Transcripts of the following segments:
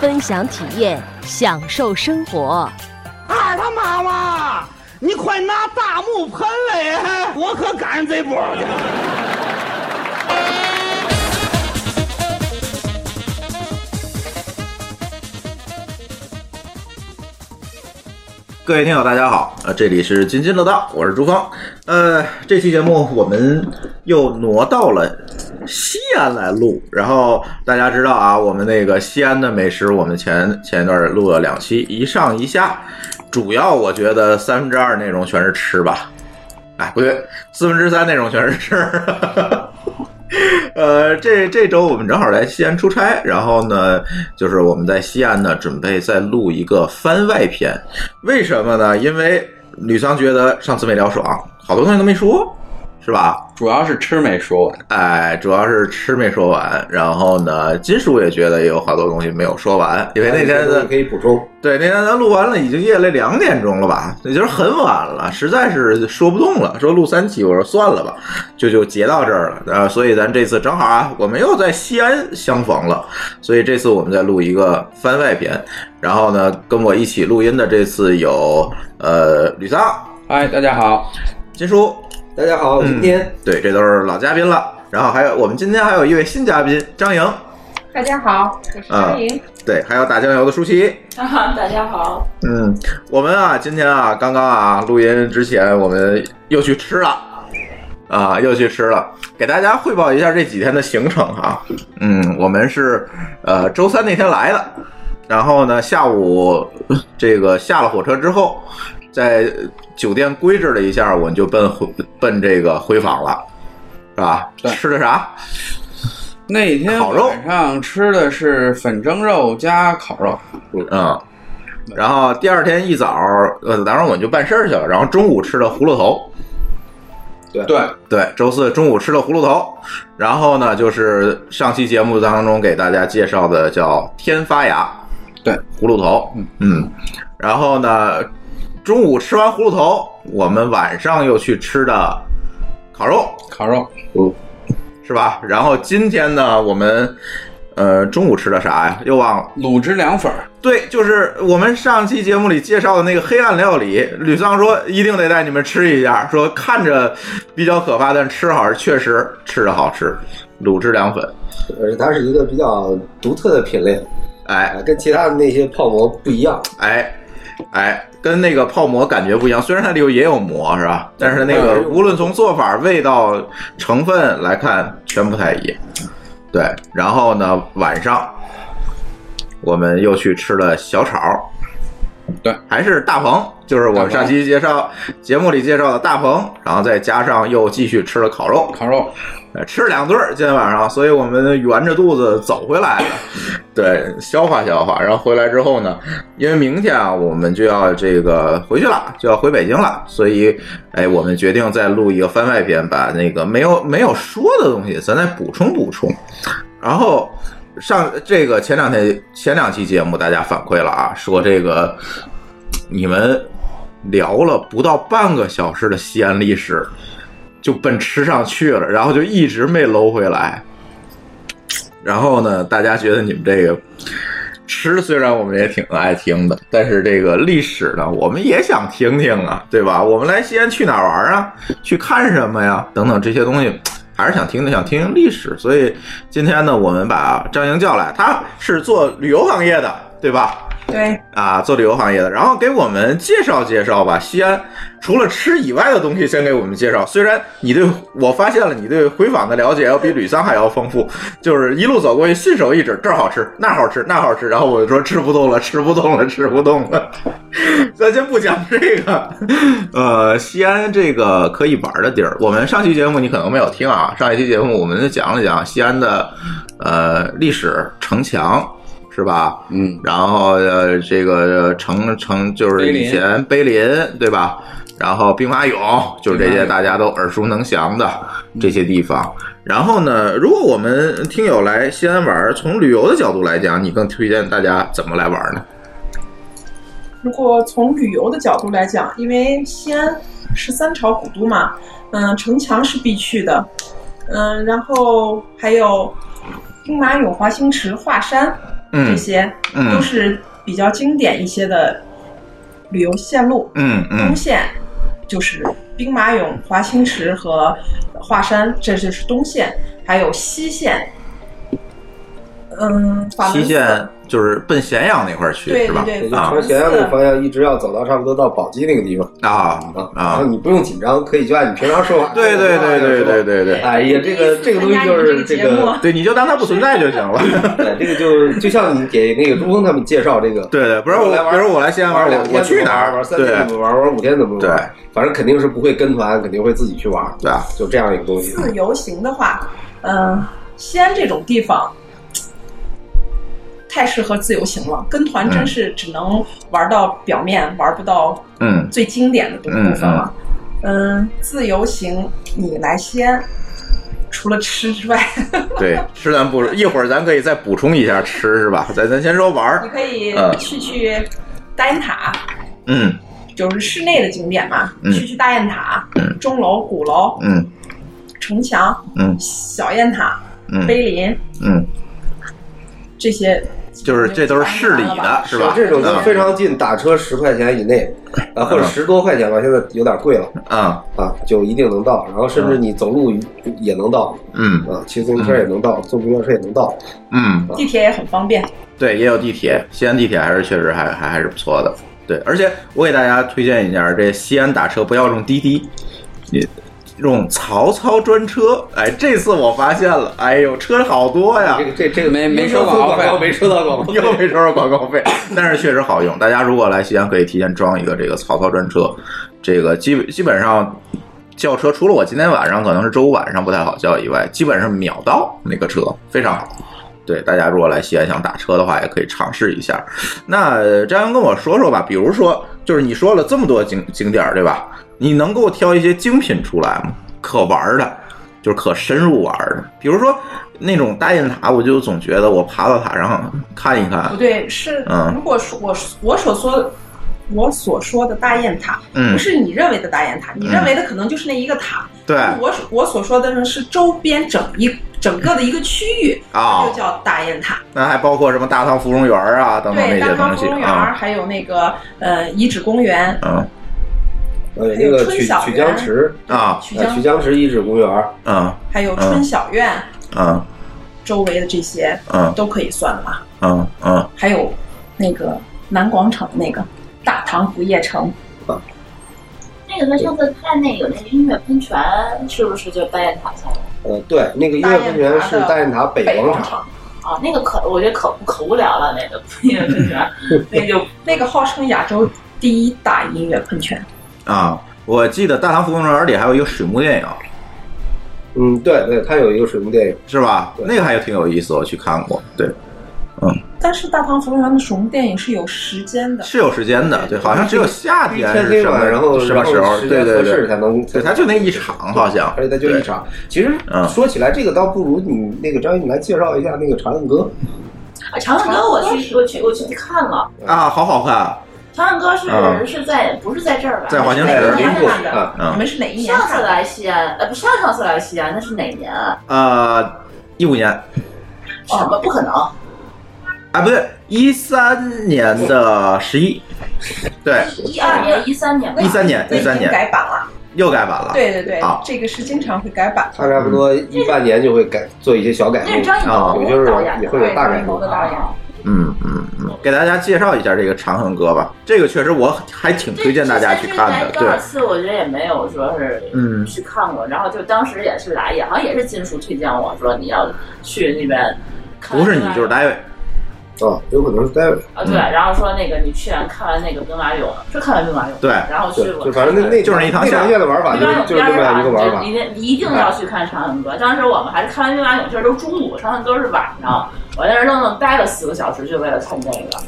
分享体验，享受生活。二他妈妈，你快拿大木盆来，我可赶上这波去。各位听友，大家好，呃，这里是津津乐道，我是朱峰。呃，这期节目我们又挪到了西安来录。然后大家知道啊，我们那个西安的美食，我们前前一段录了两期，一上一下，主要我觉得三分之二内容全是吃吧，哎，不对，四分之三内容全是吃。 呃，这这周我们正好来西安出差，然后呢，就是我们在西安呢，准备再录一个番外篇。为什么呢？因为吕桑觉得上次没聊爽，好多东西都没说，是吧？主要是吃没说完，哎，主要是吃没说完。然后呢，金叔也觉得也有好多东西没有说完，因为那哎天的可以补充。对，那天咱录完了，已经夜里两点钟了吧，也就是很晚了，实在是说不动了。说录三期，我说算了吧，就就截到这儿了。呃，所以咱这次正好啊，我们又在西安相逢了，所以这次我们再录一个番外篇。然后呢，跟我一起录音的这次有呃吕桑、嗨，哎大家好，金叔，大家好，嗯今天对，这都是老嘉宾了。然后还有我们今天还有一位新嘉宾张莹，大家好，我是啊张莹。对，还有打酱油的舒淇。啊， 大家好。嗯，我们啊，今天啊，刚刚啊，录音之前，我们又去吃了，啊，又去吃了。给大家汇报一下这几天的行程哈、嗯，我们是呃周三那天来的，然后呢，下午这个下了火车之后，在酒店规制了一下，我们就奔回奔这个回访了，是吧？对吃的啥？那天烤肉晚上吃的是粉蒸肉加烤肉，嗯。然后第二天一早，呃，当然我们就办事儿去了。然后中午吃的葫芦头，对对，对，周四中午吃了葫芦头，然后呢，就是上期节目当中给大家介绍的叫天发芽，对，葫芦头，嗯，然后呢，中午吃完葫芦头，我们晚上又去吃的烤肉，烤肉是吧？然后今天呢，我们呃中午吃的啥呀？又忘了。卤汁凉粉儿，对，就是我们上期节目里介绍的那个黑暗料理，吕桑说一定得带你们吃一下，说看着比较可怕，但吃好确实吃的好吃，卤汁凉粉，而且它是一个比较独特的品类，哎啊，跟其他的那些泡馍不一样。哎哎，跟那个泡馍感觉不一样，虽然它里头也有馍是吧？但是那个嗯无论从做法、味道、成分来看，全不太一样。对，然后呢，晚上我们又去吃了小炒，对，还是大棚，就是我们上期介绍节目里介绍的大棚，然后再加上又继续吃了烤肉，烤肉呃吃了两顿儿今天晚上，所以我们圆着肚子走回来了，对，消化消化。然后回来之后呢，因为明天啊我们就要这个回去了，就要回北京了，所以哎，我们决定再录一个番外篇，把那个没有没有说的东西咱再补充补充。然后上这个前两天前两期节目大家反馈了啊，说这个你们聊了不到半个小时的西安历史，就奔吃上去了，然后就一直没搂回来。然后呢，大家觉得你们这个吃虽然我们也挺爱听的，但是这个历史呢，我们也想听听啊，对吧？我们来西安去哪儿玩啊？去看什么呀？等等这些东西，还是想听听，想听听历史。所以今天呢，我们把张莹叫来，她是做旅游行业的，对吧？对，啊，做旅游行业的，然后给我们介绍介绍吧。西安除了吃以外的东西，先给我们介绍。虽然你对我发现了你对回访的了解要比吕桑还要丰富，就是一路走过去，信手一指，这儿好吃，那儿好吃，那儿好吃，然后我就说吃不动了，吃不动了，吃不动了。 咱先不讲这个，呃，西安这个可以玩的地儿，我们上期节目你可能没有听啊，上一期节目我们讲了讲西安的呃历史城墙。是吧？嗯，然后呃，这个呃成成就是碑林以前碑林对吧？然后兵马俑就是这兵马些俑大家都耳熟能详的这些地方。然后呢，如果我们听友来西安玩儿，从旅游的角度来讲，你更推荐大家怎么来玩儿呢？如果从旅游的角度来讲，因为西安是三朝古都嘛，嗯，城墙是必去的，嗯，然后还有兵马俑、华清池、华山这嗯些，嗯都是比较经典一些的旅游线路。嗯东嗯线就是兵马俑、华清池和华山，这就是东线，还有西线，嗯，法西门线就是奔咸阳那块儿去对是吧？对也对就啊朝咸阳那个方向，一直要走到差不多到宝鸡那个地方啊啊。然后啊！你不用紧张，可以就按你平常说话。 对对对对对对对，哎呀，这个这个东西就是这参加你们这个节目个，对，你就当它不存在就行了。对，这个就就像你给那个朱峰他们介绍这个，对对，不是我，来玩比如我来西安玩，两我天我去怎么哪玩儿玩？三天嗯怎对么玩？玩五天怎么玩？对，反正肯定是不会跟团，肯定会自己去玩。对啊，就这样一个东西。自由行的话，嗯、西安这种地方太适合自由行了，跟团真是只能玩到表面，玩不到嗯最经典的部分了。嗯、自由行你来西安，除了吃之外，对，吃咱不一会儿咱可以再补充一下吃是吧？咱咱先说玩你儿，可以嗯去去大雁塔，嗯就是室内的景点嘛，嗯去去大雁塔、钟楼、鼓楼、嗯城墙、嗯小雁塔、嗯碑林嗯，这些。就是这都是市里的是吧？这种就嗯非常近，打车十块钱以内，啊，或者嗯十多块钱吧，现在有点贵了嗯啊，就一定能到。然后甚至你走路也能到，嗯啊，骑自行车也能到，坐公交车也能到。嗯，地铁也很方便，对，也有地铁，西安地铁还是确实还还还是不错的。对，而且我给大家推荐一下，这西安打车不要用滴滴，你用曹操专车。哎，这次我发现了，哎呦，车好多呀这。个这这个没没收收广告费啊没收到广告又没收着广告费，但是确实好用。大家如果来西安，可以提前装一个这个曹操专车，这个基本基本上叫车，除了我今天晚上可能是周五晚上不太好叫以外，基本上秒到那个车，非常好。对，大家如果来西安想打车的话，也可以尝试一下。那呃张扬跟我说说吧，比如说，就是你说了这么多景景点儿，对吧？你能给我挑一些精品出来吗？可玩儿的，就是可深入玩儿的。比如说那种大雁塔，我就总觉得我爬到塔上看一看不，对，是嗯如果说我我所说我所说的大雁塔，嗯不，是你认为的大雁塔，你嗯认为的可能就是那一个塔。对我所我所说的呢是周边整一整个的一个区域，啊、它就叫大雁塔。那还包括什么大唐芙蓉园儿啊等等对，那大些唐东芙西蓉园儿，啊，还有那个呃遗址公园，嗯 呃，那个曲曲江池，啊曲啊，曲江，江池遗址公园，嗯还有春晓苑嗯周围的这些嗯都可以算吧。嗯嗯还有那个南广场那个大唐不夜城，那个他上次看那有那个音乐喷泉，是不是就大雁塔下来？呃，对，那个音乐喷泉是大雁塔北广场，啊，那个可我觉得可可无聊了，那个音乐喷 泉，那就那个号称亚洲第一大音乐喷泉。啊！我记得大唐芙蓉园儿里还有一个水幕电影，嗯，对对，它有一个水幕电影，是吧？对那个还挺有意思，我去看过。对，但是大唐芙蓉园的水幕电影是有时间的，是有时间的，对，好像只有夏天天是黑什么晚，然后什么时候？对对合适对，才能，对，它就那一场好像，而且它就一场。其实嗯说起来，这个倒不如你那个张宇，你来介绍一下那个《长恨歌啊长恨歌我去我去我去看了，对啊，好好看，长恨歌是、嗯是在不是在这儿吧？在华清池是哪哎哪个一地年方看啊的？嗯你们是哪一年上次看的？来西安，呃，不上上次来西安，那是哪年啊？呃，一五年什么不可能？啊，不对，一三年的十一，对，一二年、一三年吧一。三年，那一已经三年改版了，又改版了，对对对啊，这个是经常会改版》，。它差不多嗯一半年就会改做一些小改那是动，啊张艺谋也啊就是导演也的，会有大改动谋。的导演。嗯嗯嗯，给大家介绍一下这个《长恨歌》吧，这个确实我还挺推荐大家去看的，这这三十来多少对，次我觉得也没有说是嗯去看过，然后就当时也是来，也好像也是金叔推荐我说你要去那边看不完。是你就是大卫，啊，有可能是在啊，对，然后说那个你去完看完那个兵马俑，是看完兵马俑吗对然后对去，我就反正那那就是那一趟那线条线的玩法兵就马俑是就是另边外上一个玩就法你。一定要去看长恨歌。当时我们还是看完兵马俑，这都中午，长恨歌是晚上，我在这愣愣待了四个小时，就为了看这个。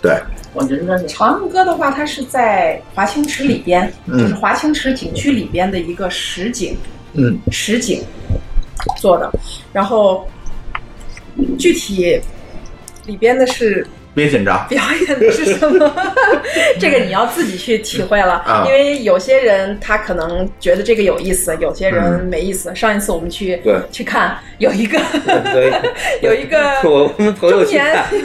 对，我觉得真是长歌的话，它是在华清池里边，嗯就是华清池景区里边的一个实景嗯实景做的，然后具体里边的是别紧张，表演的是什么， 这个你要自己去体会了。啊因为有些人他可能觉得这个有意思，有些嗯人没意思。上一次我们去对去看，有 一个对，有一个 我们朋友去看中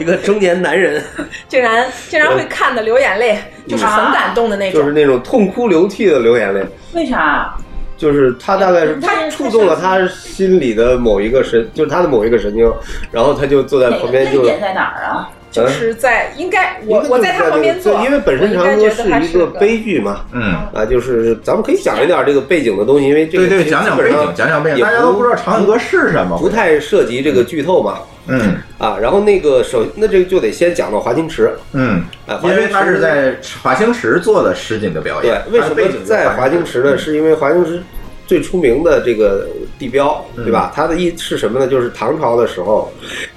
一个中年男人，竟然竟然会看的流眼泪，就是啊很感动的那就种。是那种痛哭流涕的流眼泪，为啥？就是他大嗯概是他触动了他心里的某一个神，就是他的某一个神经，然后他就坐在哪旁个边泪就点在哪儿啊？嗯就是在应该我应该就是我在他旁边这个坐，对因为本身我长应该歌觉得他是一是个悲剧嘛，嗯，啊，就是咱们可以讲一点这个背景的东西，因为这个对对，其实讲讲基背本上景，讲讲背景，也大家都不知道长颈哥是什么。不太涉及这个剧透嘛，嗯啊，然后那个首那这个就得先讲到华清池，嗯，啊，华因清为他池是在华清池做的实景的表对演，，为它的什么背景就是在华清嗯池呢？是因为华清池最出名的这个地标，对嗯吧？它的意是什么呢？就是唐朝的时候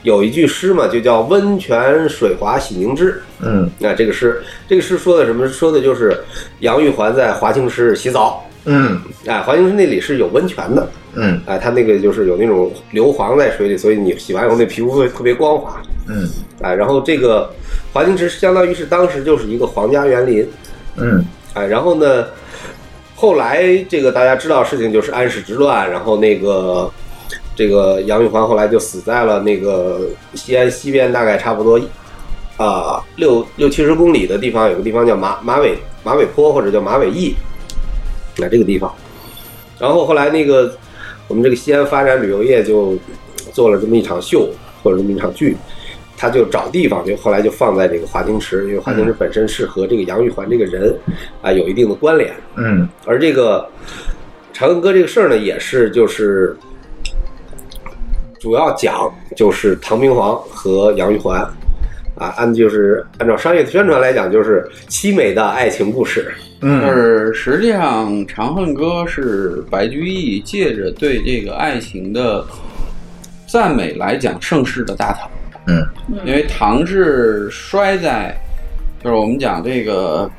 有一句诗嘛，就叫“温泉水滑洗凝脂”。嗯那这个诗，这个诗说的什么？说的就是杨玉环在华清池洗澡。嗯哎，华清池那里是有温泉的，嗯哎，它那个就是有那种硫磺在水里，所以你洗完以后那皮肤会特别光滑。嗯哎，然后这个华清池相当于是当时就是一个皇家园林，嗯哎，然后呢，后来这个大家知道事情就是安史之乱，然后那个这个杨玉环后来就死在了那个西安西边，大概差不多啊、六六七十公里的地方，有个地方叫马马尾马尾坡或者叫马尾驿，那这个地方。然后后来那个我们这个西安发展旅游业就做了这么一场秀或者这么一场剧，他就找地方，就后来就放在这个华清池，因为华清池本身是和这个杨玉环这个人啊有一定的关联。嗯而这个长庚哥这个事儿呢，也是就是主要讲就是唐明皇和杨玉环啊，按就是按照商业宣传来讲，就是凄美的爱情故事。但嗯是实际上，长恨歌是白居易借着对这个爱情的赞美来讲盛世的大唐，嗯因为唐是衰在，就是我们讲这个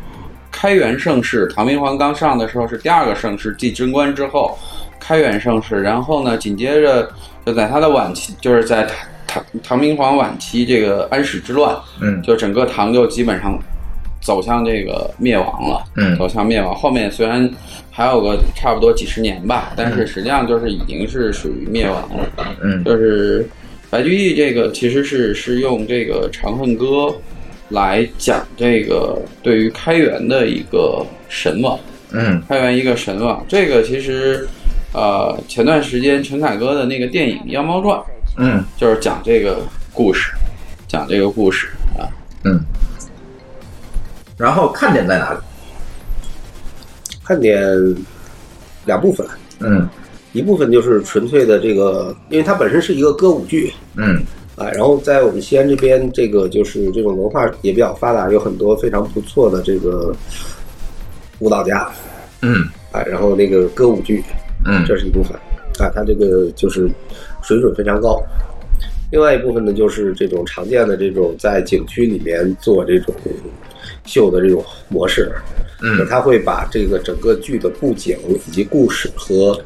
开元盛世，唐明皇刚上的时候是第二个盛世，继贞观之后，开元盛世，然后呢，紧接着就在他的晚期，就是在唐唐唐明皇晚期这个安史之乱，嗯就整个唐就基本上走向这个灭亡了，嗯走向灭亡。后面虽然还有个差不多几十年吧，但是实际上就是已经是属于灭亡了。嗯就是白居易这个其实是是用这个《长恨歌》来讲这个对于开元的一个神往。嗯开源一个神网，这个其实，呃，前段时间陈凯歌的那个电影《妖猫传》嗯就是讲这个故事，讲这个故事啊。嗯。然后看点在哪里？看点两部分，嗯一部分就是纯粹的这个，因为它本身是一个歌舞剧，嗯啊，然后在我们西安这边，这个就是这种文化也比较发达，有很多非常不错的这个舞蹈家嗯啊，然后那个歌舞剧，嗯这是一部分啊，它这个就是水准非常高。另外一部分呢，就是这种常见的这种在景区里面做这种秀的这种模式，嗯它会把这个整个剧的布景以及故事和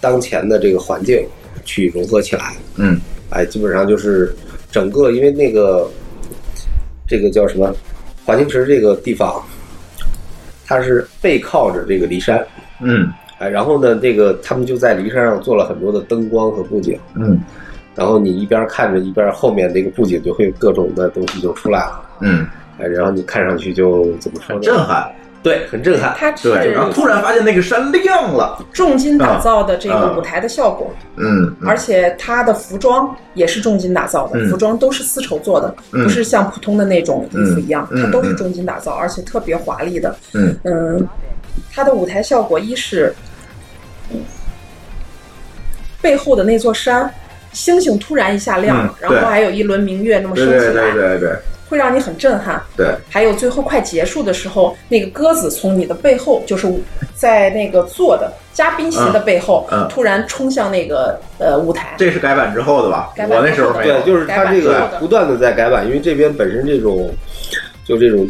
当前的这个环境去融合起来。嗯哎，基本上就是整个，因为那个这个叫什么华清池这个地方，它是背靠着这个骊山，嗯哎，然后呢，这个他们就在骊山上做了很多的灯光和布景，嗯然后你一边看着，一边后面这个布景就会各种的东西就出来了，嗯，哎，然后你看上去就怎么很说呢？震，撼。对，很震撼，它是对，然后突然发现那个山亮了。重金打造的这啊个舞台的效果，嗯而且它的服装也是重金打造的，嗯服装都是丝绸做的，嗯不是像普通的那种衣服一样，嗯嗯它都是重金打造，而且特别华丽的。嗯嗯，它的舞台效果一是嗯背后的那座山，星星突然一下亮了，嗯然对后还有一轮明月那么对升起来，对对对对，会让你很震撼。对，还有最后快结束的时候，那个鸽子从你的背后，就是在那个坐的嘉宾席的背后，嗯嗯突然冲向那个呃舞台。这是改版之后的吧？改版之后我那时候没有，对，就是它这个不断的在改版，因为这边本身这种就这种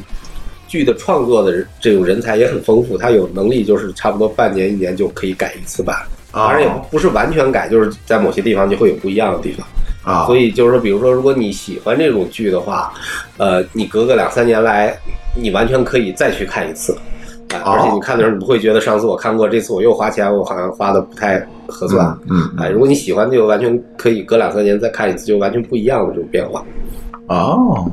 剧的创作的人这种人才也很丰富，他有能力就是差不多半年一年就可以改一次版，啊当然也不是完全改，就是在某些地方就会有不一样的地方。啊所以就是说，比如说，如果你喜欢这种剧的话，呃，你隔个两三年来，你完全可以再去看一次，啊而哦且你看的时候，你不会觉得上次我看过，这次我又花钱，我好像花的不太合算。嗯，哎，如果你喜欢，就完全可以隔两三年再看一次，就完全不一样的这种变化。哦，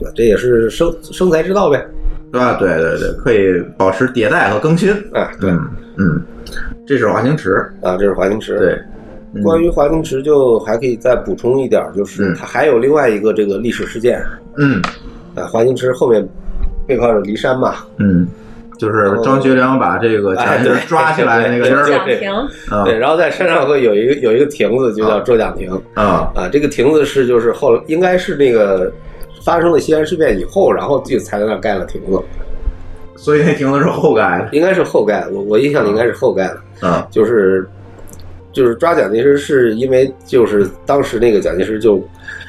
对，这也是生生财之道呗，对吧？啊对对对，可以保持迭代和更新。啊，对，嗯，这是华清池嗯啊，这是华清池。对，关于华清池，就还可以再补充一点，就是嗯它还有另外一个这个历史事件，嗯啊，华清池后面背靠着骊山嘛，嗯，就是张学良把这个哎蒋介对石抓起来的那个地儿，哎对对对对，然后在山上会有一个有一个亭子，就叫桌讲亭啊啊，这个亭子是就是后来应该是那个发生了西安事变以后，然后就才在那儿盖了亭子，所以那亭子是后盖的，应该是后盖的，我我印象里应该是后盖的，啊就是就是抓蒋介石是因为就是当时那个蒋介石就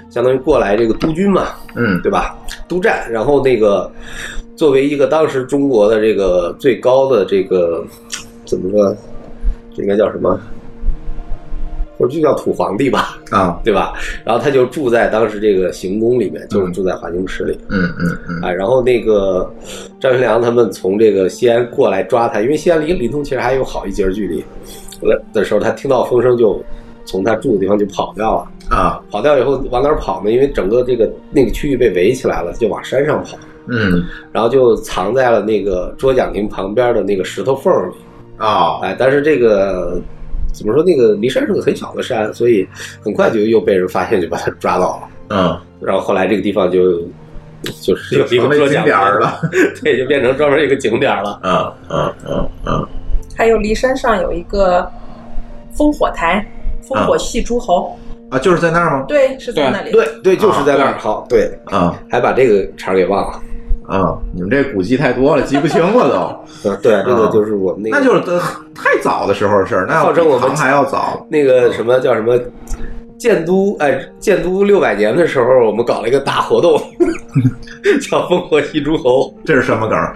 相当于过来这个督军嘛，嗯对吧？督战，然后那个作为一个当时中国的这个最高的这个怎么说，这应该叫什么？或者就叫土皇帝吧，啊，对吧？然后他就住在当时这个行宫里面，就是住在华清池里。嗯嗯嗯，啊，然后那个张学良他们从这个西安过来抓他，因为西安离临潼其实还有好一截儿距离。呃的时候，他听到风声就从他住的地方就跑掉了。啊，跑掉以后往哪儿跑呢？因为整个这个那个区域被围起来了，就往山上跑，嗯然后就藏在了那个桌讲亭旁边的那个石头缝儿里。啊，哎，但是这个怎么说？那个骊山是个很小的山，所以很快就又被人发现，就把他抓到了。嗯，然后后来这个地方就就是有一成个为桌景讲点儿 亭了，对，就变成专门一个景点儿了。啊啊啊啊，还有骊山上有一个烽火台，烽火戏诸侯，啊，就是在那儿吗？对，是在那里。 对对，就是在那儿。好，对，啊还把这个茬儿给忘了。啊，你们这古迹太多了，记不清了 都。嗯，对，这个就是我们那那就个，是呃太早的时候的事儿，那号要比称我们唐还要早。那个什么叫什么建都哎，建都六百年的时候，我们搞了一个大活动， 叫烽火戏诸侯。这是什么梗儿？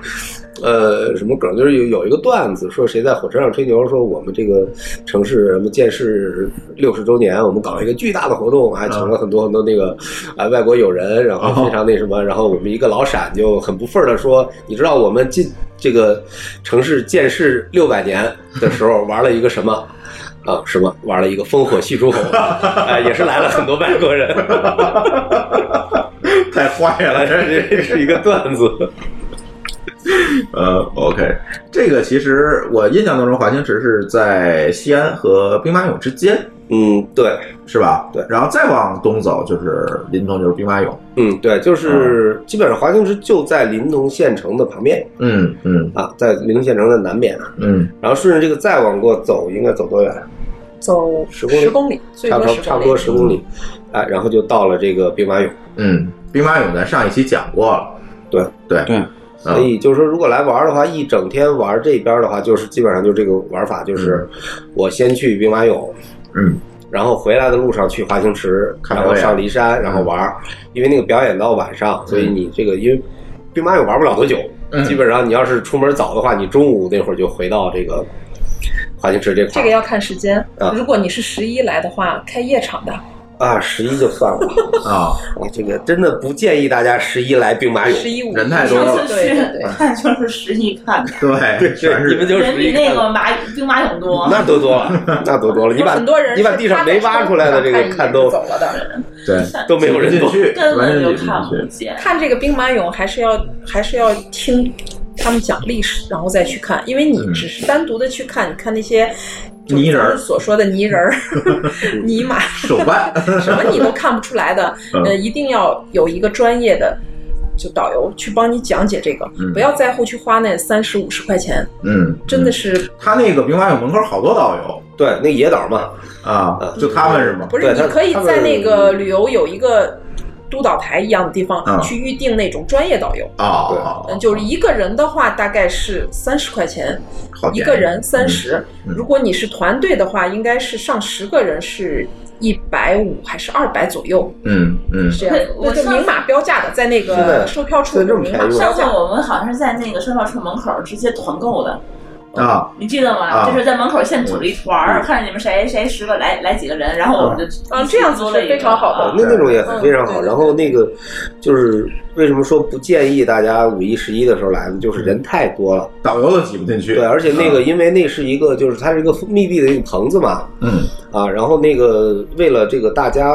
呃，什么梗？就是有有一个段子，说谁在火车上吹牛，说我们这个城市什么建市六十周年，我们搞了一个巨大的活动，还请了很多很多那个啊、外国友人，然后非常那什么，然后我们一个老陕就很不忿儿的说，你知道我们进这个城市建市六百年的时候玩了一个什么？啊，什么玩了一个烽火戏诸侯，哎，也是来了很多外国人， 太坏了，这这是一个段子。 呃，OK，这个其实我印象当中，华清池是在西安和兵马俑之间，嗯，对，是吧？对然后再往东走就是临潼，就是兵马俑。嗯，对，就是基本上华清池就在临潼县城的旁边嗯嗯啊，在临潼县城的南边啊。嗯，然后顺着这个再往过走，应该走多远？走十公里十公里，最差多不多十差不公多里。嗯十公里，哎，然后就到了这个兵马俑。嗯，兵马俑咱上一期讲过了，对，对，嗯对，所以就是说，如果来玩的话，一整天玩这边的话，就是基本上就这个玩法，就是我先去兵马俑，嗯然后回来的路上去华清池，看然表后演嗯上骊山，然后玩儿，因为那个表演到晚上，所以你这个因为兵马俑玩不了多久，嗯基本上你要是出门早的话，你中午那会儿就回到这个华清池这块这儿个要看时间啊，如果你是十一来的话，开夜场的，啊，十一就算 了，啊，我这个真的不建议大家十一来兵马十俑，一五人太多了上次对对去对，嗯看 就是十一看的，对，全对，你们是就人十比一那看个马兵马俑多。那多多了，啊 那多多了。你把很多人你把是地上趴在没挖出来的这车个上一看眼就都走了的。对，都没有人挤不动进，去，根完本全就挤不看不进去。见。看这个兵马俑还是要还是要听他们讲历史，然后再去看，因为你只是单独的去看，你看那些就是泥人儿咱们所说的泥人 儿、泥马，手办， 什么你都看不出来的。嗯呃，一定要有一个专业的就导游去帮你讲解这个，嗯不要在乎去花那三十五十块钱，嗯，真的是。是他那个兵马俑门口好多导游对，那野岛嘛，呃啊，就他们是吗？不是对你他可以他们在那个旅游有一个。督导台一样的地方嗯去预定那种专业导游。哦，嗯，就是一个人的话，大概是三十块钱好，便宜一个人三嗯十。如果你是团队的话，应该是上十个人是一百五还是二百左右？嗯嗯，是这样，那我就上次明码标价的，在那是个的售票处明码标上次价。我们好像是在那个售票处门口直接团购的，啊，你记得吗？啊就是在门口现组了一团嗯儿，看你们谁谁十个来来几个人，然后我们就啊，这样子租了是一个非常好啊的。那那种也非常嗯好。然后那个就是为什么说不建议大家五一、十一的时候来呢？就是人太多了，嗯导游都挤不进去。对，而且那个因为那是一个就是它是一个密闭的一个棚子嘛，嗯啊，然后那个为了这个大家。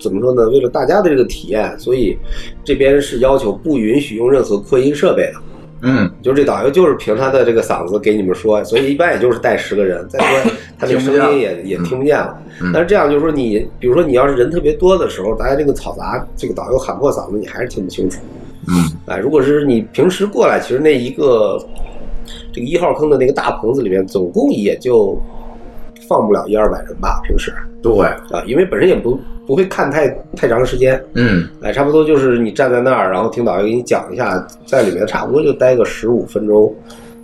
怎么说呢？为了大家的这个体验，所以这边是要求不允许用任何扩音设备的。嗯，就是这导游就是凭他的这个嗓子给你们说，所以一般也就是带十个人，再说他这个声音也也听不见嗯了。但是这样就是说你，比如说你要是人特别多的时候，大家这个嘈杂，这个导游喊破嗓子，你还是听不清楚。嗯，哎，如果是你平时过来，其实那一个这个一号坑的那个大棚子里面，总共也就放不了一二百人吧，平时对啊，因为本身也不不会看太太长时间。嗯哎，差不多就是你站在那儿，然后听导游给你讲一下，在里面差不多就待个十五分钟，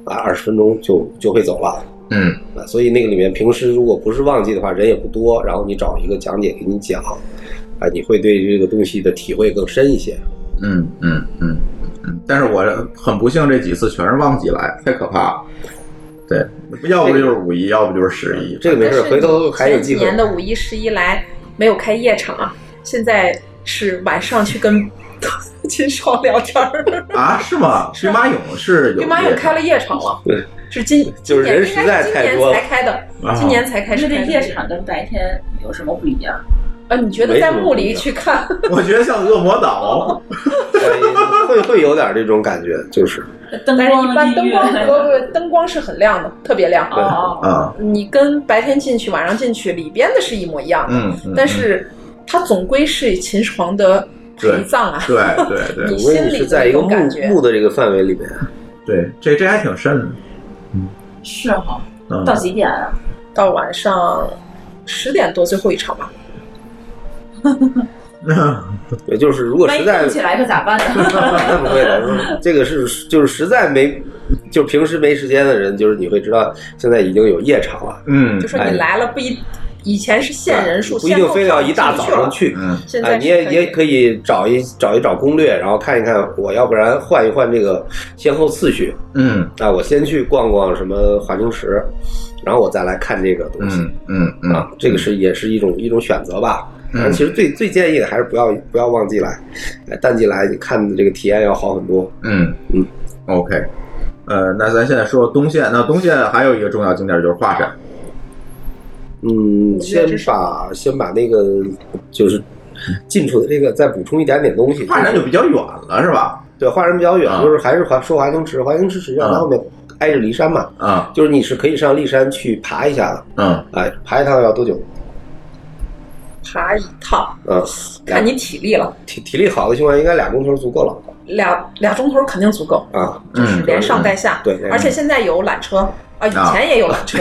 啊，二十分钟就就会走了。嗯啊，所以那个里面平时如果不是旺季的话，人也不多，然后你找一个讲解给你讲，啊，你会对这个东西的体会更深一些。嗯嗯嗯嗯，但是我很不幸，这几次全是旺季来，太可怕了。对，要不就是五一，要不就是十一。这个没事，回头还有前几机会年。的五一、十一来没有开夜场啊，现在是晚上去跟 秦少聊天儿。啊？是吗？兵马俑是有兵马俑开了夜场了，对，是今就是人实在今太年多应了该是今年才开的啊，今年才开始那开这的夜场跟白天有什么不一 样？啊，你觉得在墓里去看？我觉得像恶魔哦岛，会会有点这种感觉，就是灯但是光哦一般音灯乐 光不 不灯光是很亮的，特别亮。对啊你跟白天进去，晚上进去，里边的是一模一样的，嗯嗯但是它总归是秦始皇的陪葬啊。总你归心你里是的在那一个种墓感觉。墓的这个范围里面。对，这这还挺深的。是哈嗯，到几点啊？到晚上十点多最后一场吧。也就是如果实在万一动起来可咋办呢？那 不会的，这个是就是实在没，就平时没时间的人，就是你会知道现在已经有夜场了。啊嗯就说你来了不一，以前是限人数，哎不一定非要一大早上去，嗯现在是哎，你也可以也可以找一找一找攻略，然后看一看，我要不然换一换这个先后次序。嗯那我先去逛逛什么华清池，然后我再来看这个东西。嗯嗯啊嗯，这个是也是一种一种选择吧。嗯但其实最最建议的还是不要不要旺季来，哎淡季来你看的这个体验要好很多。嗯嗯，OK。呃，那咱现在说东线，那东线还有一个重要景点就是华山。嗯，先把先把那个就是近处的这个再补充一点点东西。华山就比较远了，是吧？对，华山比较远，啊就是还是华说华清池，华清池实际上它后面挨着骊山嘛，啊，就是你是可以上骊山去爬一下的。嗯，哎，爬一趟要多久？爬一趟，嗯，看你体力了，体体力好的情况下，应该俩钟头足够了俩俩钟头肯定足够，啊。嗯嗯就是连上带下。对，对而且现在有缆车啊，以啊前也有缆 车，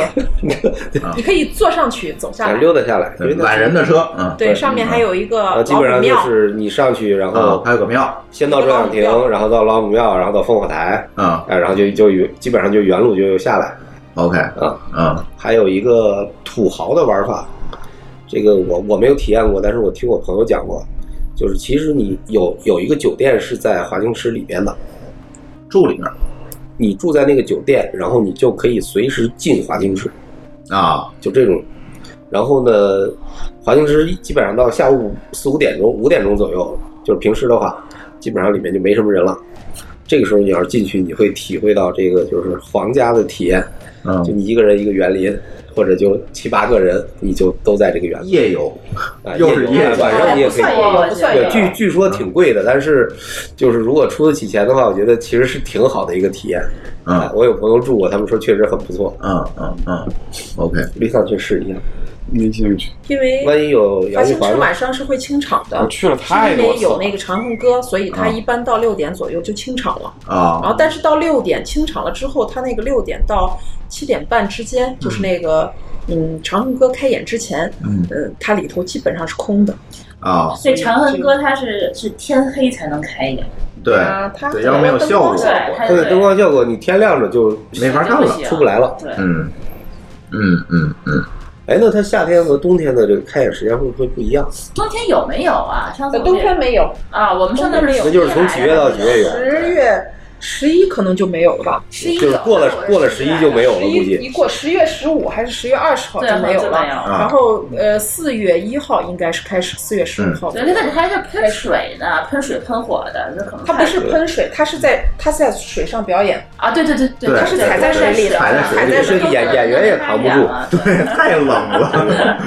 你可以坐上去走下想来。溜达下来，对懒人的车嗯对，上面还有一个啊，老基本虎上就庙，是你上去，然后还有个庙，先到转向亭，然后到老母庙，然后到烽火台，哎啊，然后就就原基本上就原路就下来。 OK，啊，嗯，还有一个土豪的玩法，这个我我没有体验过，但是我听我朋友讲过，就是其实你有有一个酒店是在华清池里边的，住里面，你住在那个酒店，然后你就可以随时进华清池，啊，就这种。然后呢，华清池基本上到下午四五点钟、五点钟左右，就是平时的话，基本上里面就没什么人了。这个时候你要是进去，你会体会到这个就是皇家的体验，嗯就你一个人一个园林，或者就七八个人，你就都在这个园林。夜游，啊，又是夜夜游晚上你也可不以算夜啊嗯游不算夜对，游据据说挺贵的，但是就是如果出得起钱的话，我觉得其实是挺好的一个体验。嗯啊，我有朋友住过，他们说确实很不错。嗯嗯嗯，OK，立想去试一下，没兴趣。因为万一有华杨玉清池环呢晚上是会清场的。我去了太是因多为次了有那个长恨歌，所以它啊一般到六点左右就清场了。啊然后，但是到六点清场了之后，它那个六点到七点半之间，就是那个嗯，《长恨歌》开演之前，嗯呃，它里头基本上是空的。啊，所以《长恨歌》它是是天黑才能开演，对啊它对，要没有效果，对它它的灯光效果你天亮了就没法看了出不来了。对嗯嗯嗯 嗯，哎，那它夏天和冬天的这个开演时间会不会不一样？冬天有没有啊？上次呃，冬天没有，啊，我们上次是有，那就是从几月到几月有？十月十一可能就没有了吧？十一就是过了过了十一就没有了，十估一一计。过十月十五还是十月二十号对就没有就了没有了，啊然后呃四月一号应该是开始，四月十嗯五号。对，那但是它是喷水的，喷水喷火的，那可能它不是喷水，它是在它是在水上表演，啊，对对对对，对它是踩在水里的，踩在水里在这水个里演演员也扛不住，对，太冷了，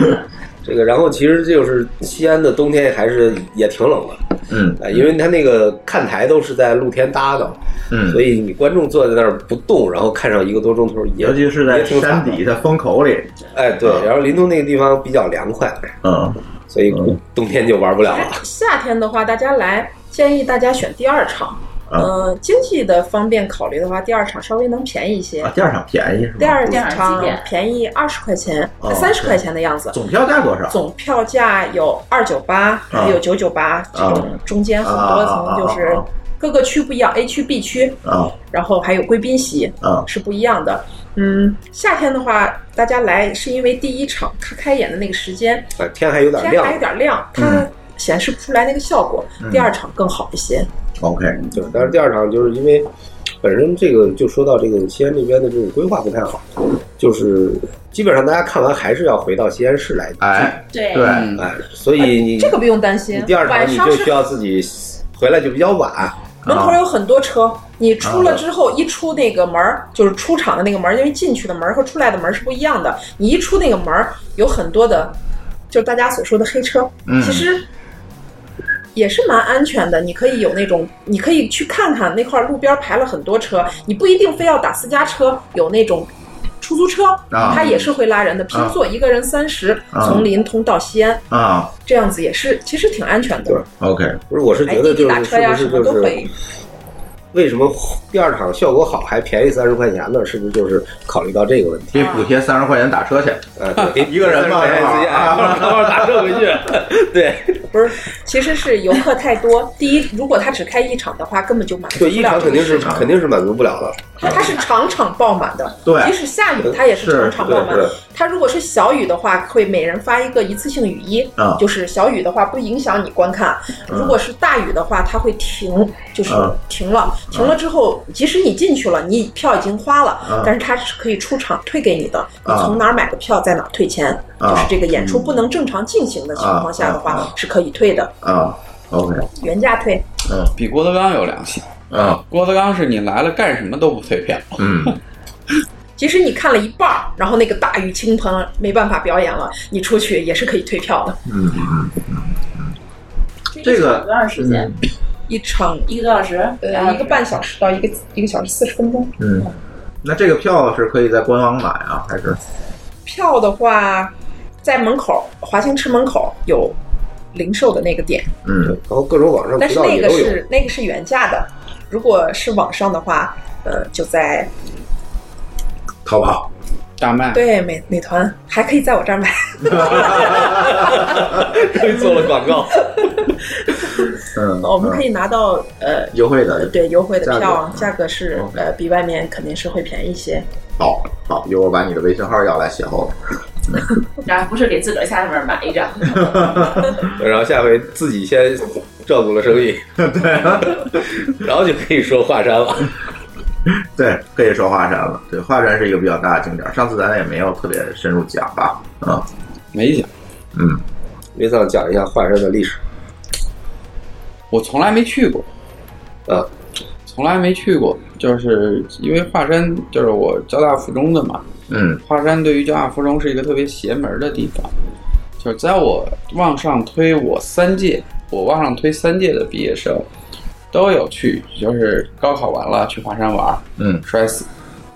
这个，然后其实就是西安的冬天还是也挺冷的，嗯啊，因为它那个看台都是在露天搭的，嗯所，以你观众坐在那儿不动，然后看上一个多钟头，也尤其是也在挺山惨的底下风口里，哎，对，然后临潼那个地方比较凉快，嗯，所以冬天就玩不啊了了。夏天的话，大家来建议大家选第二场。啊呃，经济的方便考虑的话，第二场稍微能便宜一些啊，。第二场便宜是吧？第二第二场场几点便宜二十块钱哦，三十块钱的样子。总票价多少？总票价有二九八，还有九九八这种，中间很多层，就是啊各个区不一样，A 区、B 区，啊然后还有贵宾席啊是不一样的。嗯，夏天的话，大家来是因为第一场它开演的那个时间哎，天还有点天亮嗯还，有点亮，它显示不出来那个效果。第二场更好一些。 ，OK，对，但是第二场就是因为本身这个就说到这个西安这边的这种规划不太好，就是基本上大家看完还是要回到西安市来，哎，对对，哎，所以你这个不用担心你第二，场晚你上就是需要啊自己回来就比较晚，门口有很多车，你出啊了之后，一出那个门儿，就是出厂的那个门儿，因为进去的门儿和出来的门儿是不一样的。你一出那个门儿，有很多的，就是大家所说的黑车，嗯其实也是蛮安全的。你可以有那种，你可以去看看那块儿路边排了很多车，你不一定非要打私家车，有那种。出租车，啊它也是会拉人的，拼坐一个人三十、啊从临潼到西安，啊这样子也是其实挺安全的。 ，OK，不是，我是哎，滴觉得滴就打是车是呀、不是什么就都可是以。为什么第二场效果好还便宜三十块钱呢？是不是就是考虑到这个问题？给补贴三十块钱打车去，呃， 对给一个人嘛30块钱自己啊 哎然后打车回去， 对，不是，其实是游客太多。第一，如果他只开一场的话，根本就满足对，不一了场这肯个定市是场。肯定是满足不了的。它是场场爆满的，对即使下雨它也是场场爆满是对的对。它如果是小雨的话，会每人发一个一次性雨衣啊，嗯就是小雨的话不影响你观看。如果是大雨的话，它会停，就是啊停了，停了之后，即使你进去了，你票已经花了，但是它是可以出场退给你的，你嗯啊从哪儿买的票在哪儿退钱，啊就是这个演出不能正常进行的情况下的啊啊话啊是可以退的，啊，OK，原价退。比郭德纲有良心。啊，郭德纲是你来了干什么都不退票，嗯，即使你看了一半儿，然后那个大雨倾盆，没办法表演了，你出去也是可以退票的。这个一多长时嗯间？一场一个多小时，呃一个半小时到一个一个小时四十分钟。嗯，那这个票是可以在官网买啊，还是票的话，在门口华清池门口有零售的那个店， 嗯然后各种网上但渠是道那也个都有。是那个是原价的，如果是网上的话，呃，就在淘宝？大麦对美美团还可以在我这儿买。终于做了广告， 嗯，我们可以拿到呃优惠的对优惠的价票格，价格是 OK 呃比外面肯定是会便宜一些。好好，一会儿我把你的微信号要来写后了。然后不是给自个儿下面买 一张，然后下回自己先照顾了生 意，啊对，然后就可以说华山了。对，可以说华山了。对，华山是一个比较大的景点儿，上次咱也没有特别深入讲吧？啊，没讲，嗯，维桑讲一下华山的历史我从来没去过，呃啊，从来没去过，就是因为华山就是我交大附中的嘛，嗯华山对于交大附中是一个特别邪门的地方，就是在我往上推我三届，我往上推三届的毕业生都有去，就是高考完了去华山玩，嗯，摔死，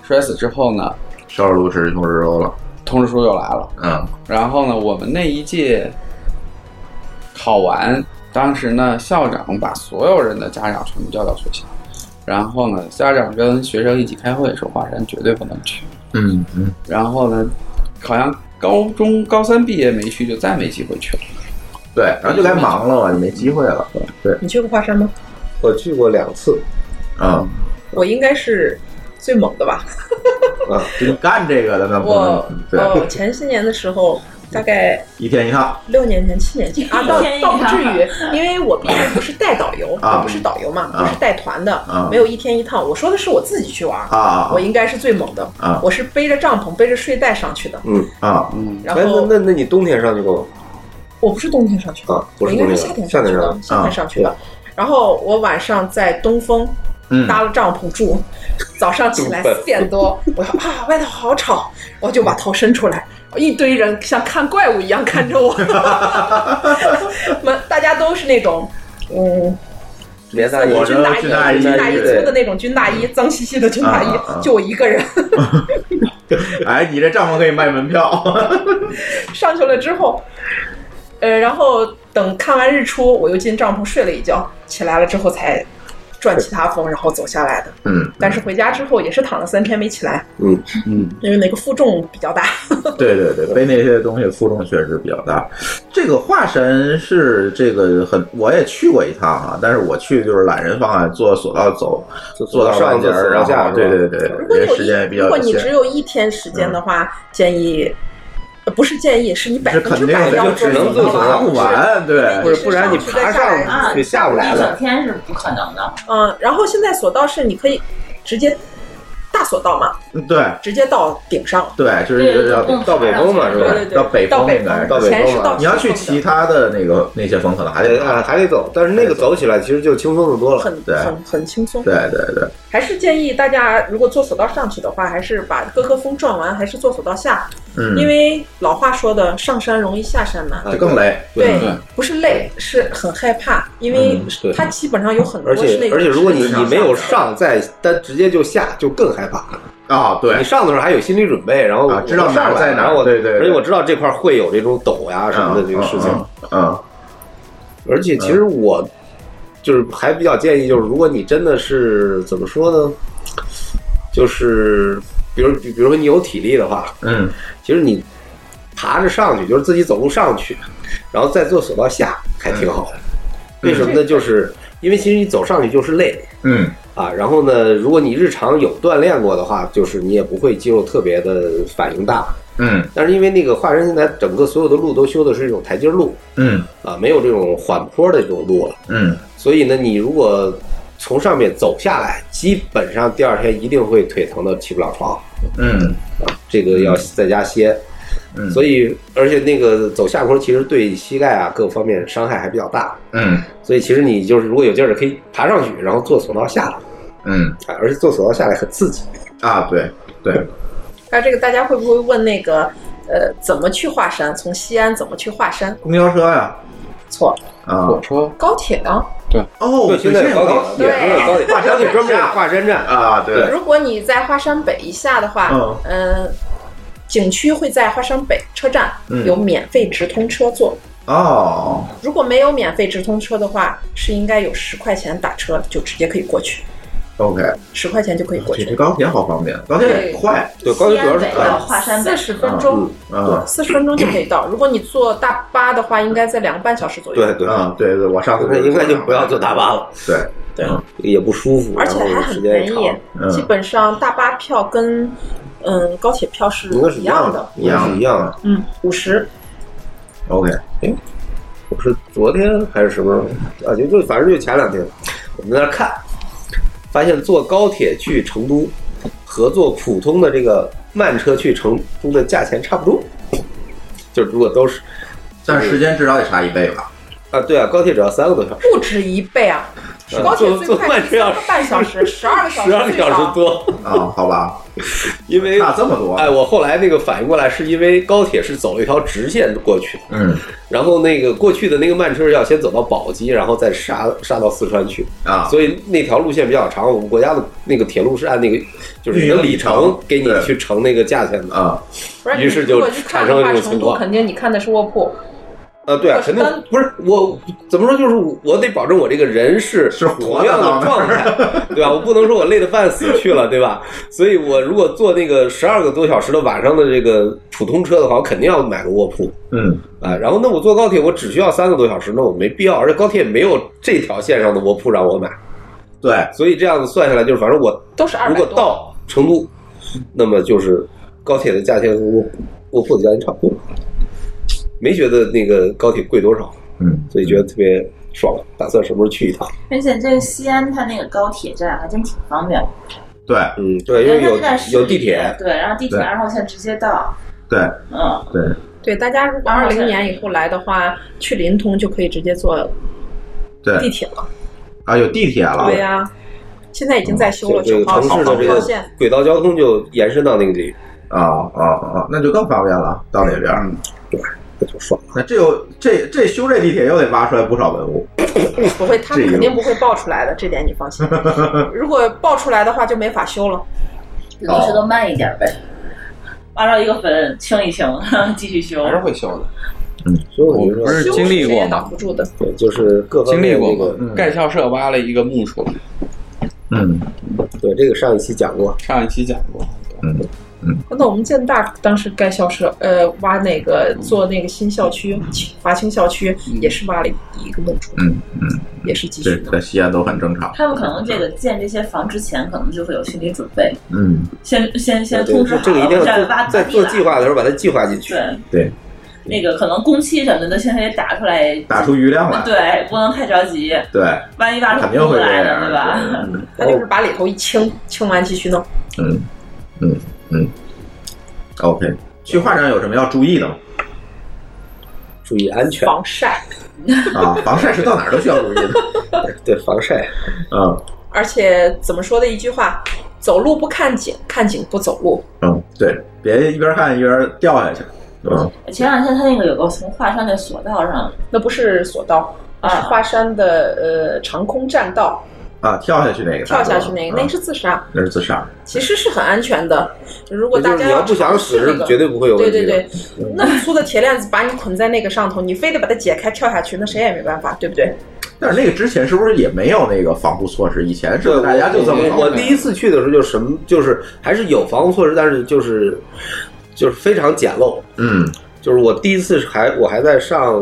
摔死之后呢，收拾炉石，用石头了。通知书又来了，嗯然后呢，我们那一届考完，当时呢，校长把所有人的家长全部叫到学校，然后呢，家长跟学生一起开会说，华山绝对不能去。嗯嗯然后呢，好像高中高三毕业没去，就再没机会去了。对，然后就该忙了嘛，就没机会了。对，你去过华山吗？我去过两次，啊我应该是最猛的吧。啊，就你干这个的那不能我嗯对，我前些年的时候，大概一天一趟，六年前、七年前啊，倒一天一倒不至趟于，因为我毕竟不是带导游，啊我不是导游嘛，啊我是带团啊的，没有一天一趟。我说的是我自己去玩啊啊啊我应该是最猛的啊我是背着帐篷、背着睡袋上去的，嗯啊，然哎后那那那你冬天上去过吗？我不是冬天上去的啊，不我是应该冬是天夏天上夏去天的上，夏天上去的啊。然后我晚上在东风嗯搭了帐篷住，早上起来东风四点多，我说啊外头好吵，我就把头伸出来，一堆人像看怪物一样看着我， 们大家都是那种。嗯，连大衣，我军大军大衣，衣军大衣对嗯粗的那种军大衣，脏兮兮的军大啊啊啊衣，就我一个人哎，你这帐篷可以卖门票， 上去了之后，呃，然后等看完日出，我又进帐篷睡了一觉，起来了之后才转其他风，然后走下来的。嗯，但是回家之后也是躺了三天没起来，嗯，嗯，因为那个负重比较大。对对对，背那些东西负重确实比较大。这个华山是这个很，我也去过一趟啊，但是我去就是懒人方案，坐索道走，就坐到半上截次儿，然然下后是吧对对对，如果因你为有时间也一，比如较果有你只限。嗯有一天时间的话，建议呃不是建议，是你百是分肯之定百的，要就做只索能道自爬不完，对不是不然你爬啊上，也下不来一整了。天是不可能的。嗯，然后现在索道是你可以直接大索道嘛，对直接到顶上了。对，就是要对到北峰嘛是吧对对对，到北峰到北应该是到以北前是峰到嘛你要去其他的那个那些峰，可能还还得得啊，还得走，但是那个走起来其实就轻松的多了。很对很很轻松。对对对，还是建议大家，如果坐索道上去的话，还是把各个峰转完，还是坐索道下，嗯，因为老话说的“上山容易下山啊难”，就更累，对对，不是累，是很害怕，因为嗯对它基本上有很多而是那且种而且，如果你是那你种没有上，再单直接就下，就更害怕。啊，对你，上的时候还有心理准备，然后啊我知道哪儿上来在哪儿然后我对对对而且我知道这块会有这种陡呀什么的这个事情。嗯，嗯，而且其实我就是还比较建议，就是如果你真的是怎么说呢，就是比如比比如说你有体力的话，嗯其实你爬着上去，就是自己走路上去，然后再坐索道下，还挺好的。为什么呢？就是因为其实你走上去就是累嗯啊，然后呢，如果你日常有锻炼过的话，就是你也不会肌肉特别的反应大。嗯但是因为那个华山现在整个所有的路都修的是这种台阶路嗯啊，没有这种缓坡的这种路了。嗯，所以呢，你如果从上面走下来，基本上第二天一定会腿疼的起不了床，嗯这个要在家歇。嗯所以而且那个走下坡其实对膝盖啊各方面伤害还比较大，嗯所以其实你就是如果有劲儿可以爬上去，然后坐索道下来，嗯啊而且坐索道下来很刺激。啊，对对，那这个大家会不会问那个呃怎么去华山？从西安怎么去华山？公交车呀，错，啊，火车高铁呢？哦，对，现在有高铁，对哎现在有高铁，华山铁专门有华山站啊，对，如果你在华山北一下的话，嗯呃，景区会在华山北车站嗯有免费直通车坐。哦，如果没有免费直通车的话，是应该有十块钱打车就直接可以过去， OK，十块钱就可以过啊这这去，高铁好方便，高铁也快，对，高铁主要是西安北到华山四北，十分钟，嗯啊四十分钟就可以到。如果你坐大巴的话，应该在两个半小时左右。 对对，啊，对对，我上次那应该就不要坐大巴了，对，对嗯也不舒服，而且然还后很时间便也长。宜，嗯基本上大巴票跟嗯高铁票是应该是一样的的，，应该是一样的。嗯，五十。 ，OK，我是昨天还是什么时候啊？就就反正就前两天，我们在那儿看，发现坐高铁去成都和坐普通的这个慢车去成都的价钱差不多，就是如果都是但是时间至少得差一倍吧，啊，对啊，高铁只要三个多小时，不止一倍啊！是高铁最呃坐快是坐三慢个半小时，十二个小时，十二个小时。多，啊，好吧，因为差这么多，哎，我后来那个反应过来，是因为高铁是走了一条直线过去，嗯然后那个过去的那个慢车要先走到宝鸡，然后再杀杀到四川去。啊，所以那条路线比较长，我们国家的那个铁路是按那个就是你的里程给你去乘那个价钱的。啊，不是，于是你如果就去看产生的话，了这成种情都况肯定你看的是卧铺，呃，对啊，肯定不是我怎么说，就是我得保证我这个人是是同样的状态， 对吧？我不能说我累得半死去了，对吧？所以我如果坐那个十二个多小时的晚上的这个普通车的话，我肯定要买个卧铺嗯，啊。然后那我坐高铁，我只需要三个多小时，那我没必要，而且高铁也没有这条线上的卧铺让我买。对，所以这样子算下来，就是反正我都是200如果多到成都，那么就是高铁的价钱和卧卧铺的价钱差不多，没觉得那个高铁贵多少，嗯，所以觉得特别爽，打算什么时候去一趟？而且这西安它那个高铁站还真挺方便的，对，嗯，对，因为它有就在市有里地铁，对，然后地铁对二号线直接到，对，嗯，对，对，大家如果二零年以后来的话，去临潼就可以直接坐对地铁了。啊，有地铁了，对呀、现在已经在修了这九个号嗯城线、市的这十号个线。轨道交通就延伸到那个里，啊啊啊，那就更方便了，到那边儿，对，那就爽。那这又这这修这地铁又得挖出来不少文物，不会，他这们个肯定不会爆出来的，这点你放 心。如果爆出来的话，就没法修了。只能是都慢一点呗，挖哦到一个坟清 一清，继续修，还是会修的。所以我哦不是经历过吗？住的，对，就是各方经面历过那个吗？嗯盖校舍挖了一个墓出来，嗯，对，这个上一期讲过，上一期讲过，嗯，那我们建大当时盖校舍，呃，挖那嗯个做那个新校区，华清校区也是挖了一个墓出，嗯嗯，也是继这在西安都很正常，他们可能这个建这些房之前，可能就会有心理准备，嗯，先先先对通知对好，这个一定要再做挖在做计划的时候把它计划进去。对，对，那个可能工期什么的，现在也打出来，打出余量来，对，不能太着急，对，万一挖出肯定不会这来了，样，对吧？对他就是把里头一清，清完继续弄。嗯嗯嗯，OK，去画展有什么要注意的吗？注意安全，防晒，啊， 防晒是到哪儿都需要注意 的，对，防晒，嗯而且怎么说的一句话，走路不看景，看景不走路。嗯，对，别一边看一边掉下去，嗯，前两天他那个有个从华山那索道上，那不是索道，啊是华山的呃长空栈道，啊，跳下去那个，跳下去那个，那啊嗯个是自杀，那是自杀，其实是很安全的。如果大就是家你要不想尝试死那个，绝对不会有问对题对的对，那么粗的铁链子把你捆在那个上头，你非得把它解开跳下去，那谁也没办法，对不对？但是那个之前是不是也没有那个防护措施？以前是不对，是大家就这么我我第一次去的时候就什么，就是还是有防护措施，但是就是就是非常简陋。嗯就是我第一次是还我还在上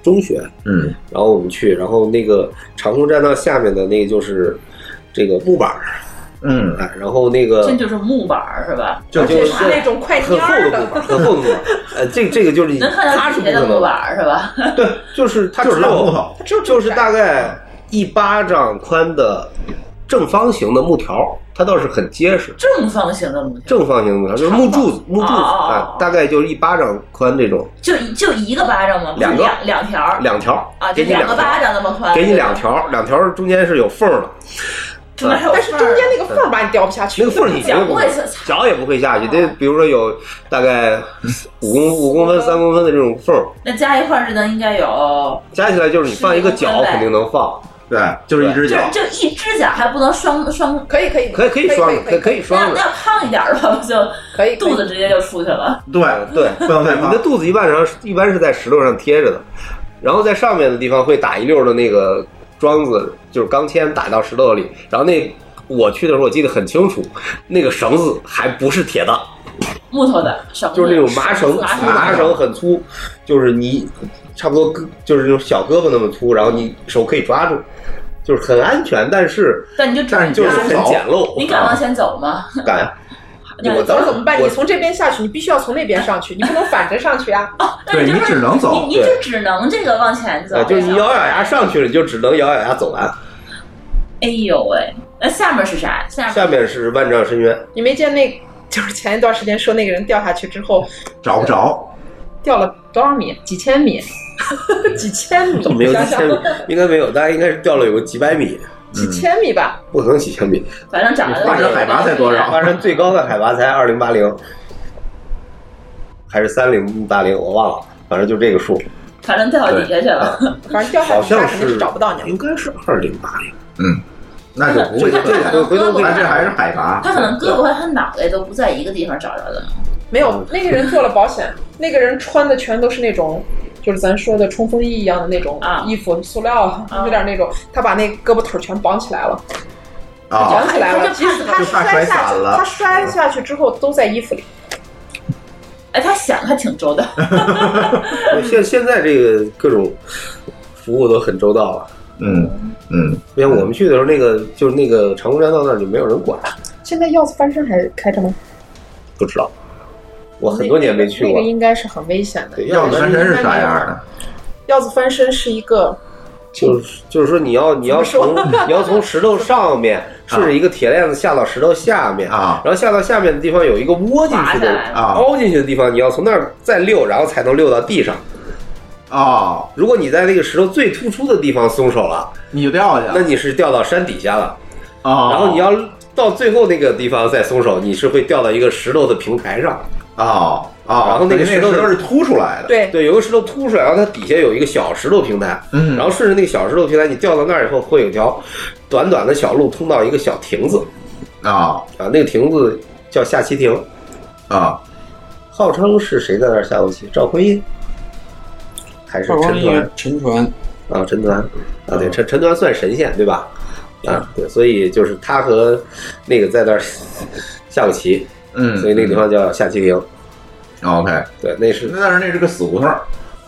中学，嗯然后我们去，然后那个长空栈道下面的那个就是这个木板儿，嗯，哎，然后那个这就是木板儿是吧？这就而且是那种快很厚的木板儿，很厚的木板儿，呃，这这个就是能看到它是不底可下的能木板儿是吧？ 对，就是嗯它只有就是大概一巴掌宽的正方形的木条，它倒是很结实。正方形的木条，正方形的木条就是木柱子，木柱子哦哦哦啊，大概就是一巴掌宽这种，就就一个巴掌吗？不是两个两两条儿两条啊，就给你两两个条巴掌那么宽，给你两条，两条中间是有缝儿的。但是中间那个缝儿把你掉不下去，那个缝儿你绝对不会，脚也不会下去。这比如说有大概五公五公分、三公分的这种缝儿，那加一块儿，这能应该有，加起来就是你放一个十脚公分呗肯定能放，对，就是一只就就一只脚还不能双双，可以可以可以可以双着，可以可以那双着要那。要胖一点儿的话，就可以肚子直接就出去了。对对，不能太你的肚子一般上一般是在石头上贴着的，然后在上面的地方会打一溜的那个桩子，就是钢钎打到石头里。然后那我去的时候我记得很清楚，那个绳子还不是铁的，木头的绳子，就是那种麻绳，麻粗麻绳很粗，就是你差不多胳就是那种小胳膊那么粗，然后你手可以抓住，就是很安全，但是但你就但是就是很简陋。啊你敢往前走吗？ 敢？啊那我走当了时怎么办？我你从这边下去，你必须要从那边上去，你不能反着上去啊！对你只能你你就只能这个往前走啊，，就是你咬咬牙上去了，你就只能咬咬牙走完。哎呦喂，那下面是啥？下面下面是万丈深渊，你没见那， 就是前一段时间说那个人掉下去之后找不着，掉了多少米？几千米？ 几千米？ 没有想几想千米，应该没有，但应该是掉了有个几百米，几千米吧，不可能几千米。反正长得华山海拔才多少？华山最高的海拔才二零八零，还是三零八零，我忘了，反正就这个数。反正掉底下去了。反正掉嗯好像是嗯到你应该是二零八零，嗯，那就不会这这回头但是还是海拔，他可能胳膊和他脑袋都不在一个地方找着的。嗯没有，那个人做了保险，那个人穿的全都是那种就是咱说的冲锋衣一样的那种衣服，塑料有点那种，他把那胳膊腿全绑起来了。啊绑起来他了，就即使怕哎他就怕摔摔散下去，了他嗯摔下去之后都在衣服里。哎，他想的挺周到。 现现在这个各种服务都很周到了。嗯嗯，像我们去的时候，那个就是那个长空栈道那儿就没有人管，现在鹞子翻身还开着吗？不知道。我很多年没去那过个。应该是很危险的。鹞子翻身是啥样的？鹞子翻身是一个就是就是说，你要你要从你要从石头上面顺着一个铁链子下到石头下面啊，然后下到下面的地方有一个窝进去的啊凹进去的地方，你要从那儿再溜，然后才能溜到地上。哦，如果你在那个石头最突出的地方松手了，你就掉下去了，那你是掉到山底下了啊。然后你要到最后那个地方再松手，你是会掉到一个石头的平台上啊啊然后那等于那个石头石头是凸出来的对对，有个石头凸出来，然后它底下有一个小石头平台，嗯然后顺着那个小石头平台，你掉到那儿以后，会有一条短短的小路通到一个小亭子啊啊，那个亭子叫下棋亭啊，号称是谁在那儿下过棋？赵匡胤还是陈抟？沉船啊，陈抟啊，对，陈陈抟算神仙对吧？啊，对，所以就是他和那个在那儿下过棋，嗯所以那个地方叫下棋亭。 OK，对，那是但是那是个死胡同，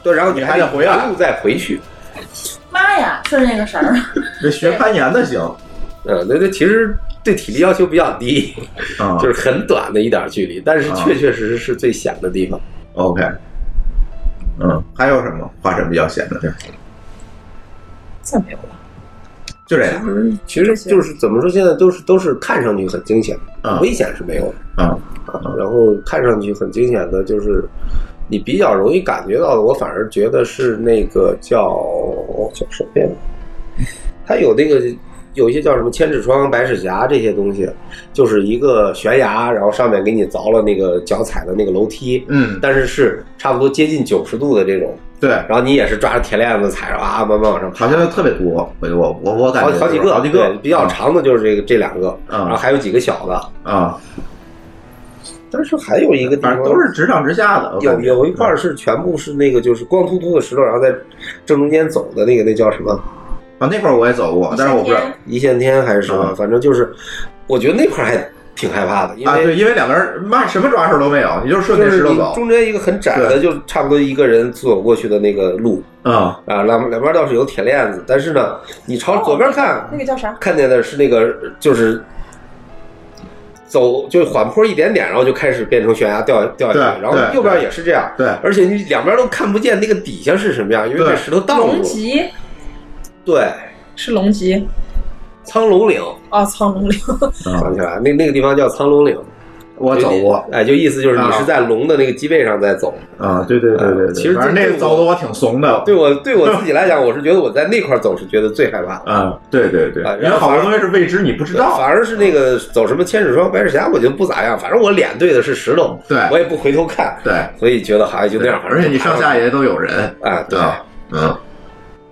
对，然后你嗯还得回来一路再回去，妈呀，顺着那个绳儿，这学攀岩的行，呃，那那其实对体力要求比较低，啊就是很短的一点距离，但是啊确确实实是最险的地方。 OK，嗯，还有什么华山比较闲的地儿？再没有了。就这样，其实就是怎么说，现在都是都是看上去很惊险，危险是没有的啊。啊然后看上去很惊险的，就是你比较容易感觉到的，我反而觉得是那个叫叫什么呀？它有那个有一些叫什么千尺窗、百尺峡这些东西，就是一个悬崖，然后上面给你凿了那个脚踩的那个楼梯，嗯但是是差不多接近九十度的这种，对，然后你也是抓着铁链子踩着啊，慢慢往上爬，好像特别多，我我我我感好觉好几个，好几个嗯对比较长的就是这个这两个，然后还有几个小的，啊，但是还有一个地方都是直上直下的，有有一块是全部是那个就是光秃秃的石头，然后在正中间走的那个，那叫什么？啊，那块儿我也走过， 但是我 不知道啊哎一线天还是什么，反正就是，我觉得那块儿还挺害怕的，因为、啊，对，因为两个人妈什么抓手都没有，你就顺着石头就是走你中间一个很窄的，就差不多一个人走过去的那个路啊啊，两两边倒是有铁链子，但是呢，你朝左边看，哦那个叫啥？看见的是那个就是走就缓坡一点点，然后就开始变成悬崖掉掉下去，对然后对右边也是这样，对而且你两边都看不见那个底下是什么样，因为对这石头挡龙住，脊对，是龙脊苍龙岭，啊，苍龙岭。想起来那那个地方叫苍龙岭。我嗯走过，哎，就意思就是你啊是在龙的那个脊背上在走，啊，对对对对对，其实反正这那对个我走的我挺怂的，对我对我自己来讲，我是觉得我在那块儿走是觉得最害怕的。啊，对对对，因为然后好多东西是未知，你不知道反而是那个走什么千尺窗、百尺峡，我觉得不咋样。反正我脸对的是石头，对我也不回头看，对，所以觉得好像就那样。而且你上下也都有人，啊，对，嗯，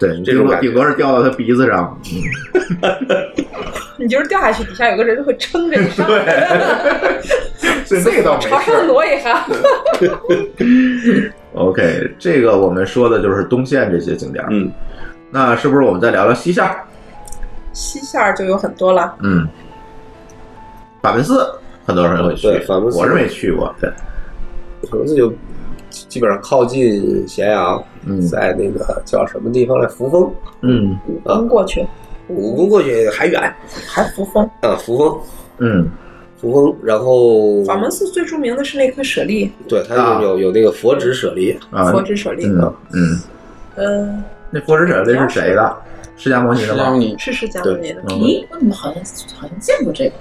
对，这顶种多感觉顶多是掉到他鼻子上，嗯 你就是掉下去，底下有个人会撑着你上来。 所以那个倒没朝事上儿。挪一下。 OK，这个我们说的就是东线这些景点，嗯，那是不是我们再聊聊西线儿？西线儿就有很多了，嗯，法门寺很多人会去，对法门寺我是没去过，对，可能这就基本上靠近咸阳，在那个叫什么地方来扶风嗯啊，过去，武功过去还远，还扶风。啊，扶风，嗯，扶风，然后法门寺最著名的是那颗舍利，对，它就是有有那个佛指舍利，啊，佛指舍利。嗯嗯，嗯，那佛指舍利是谁的？释迦牟尼的吗？是释迦牟尼的。对咦，我怎么好像好像见过这个？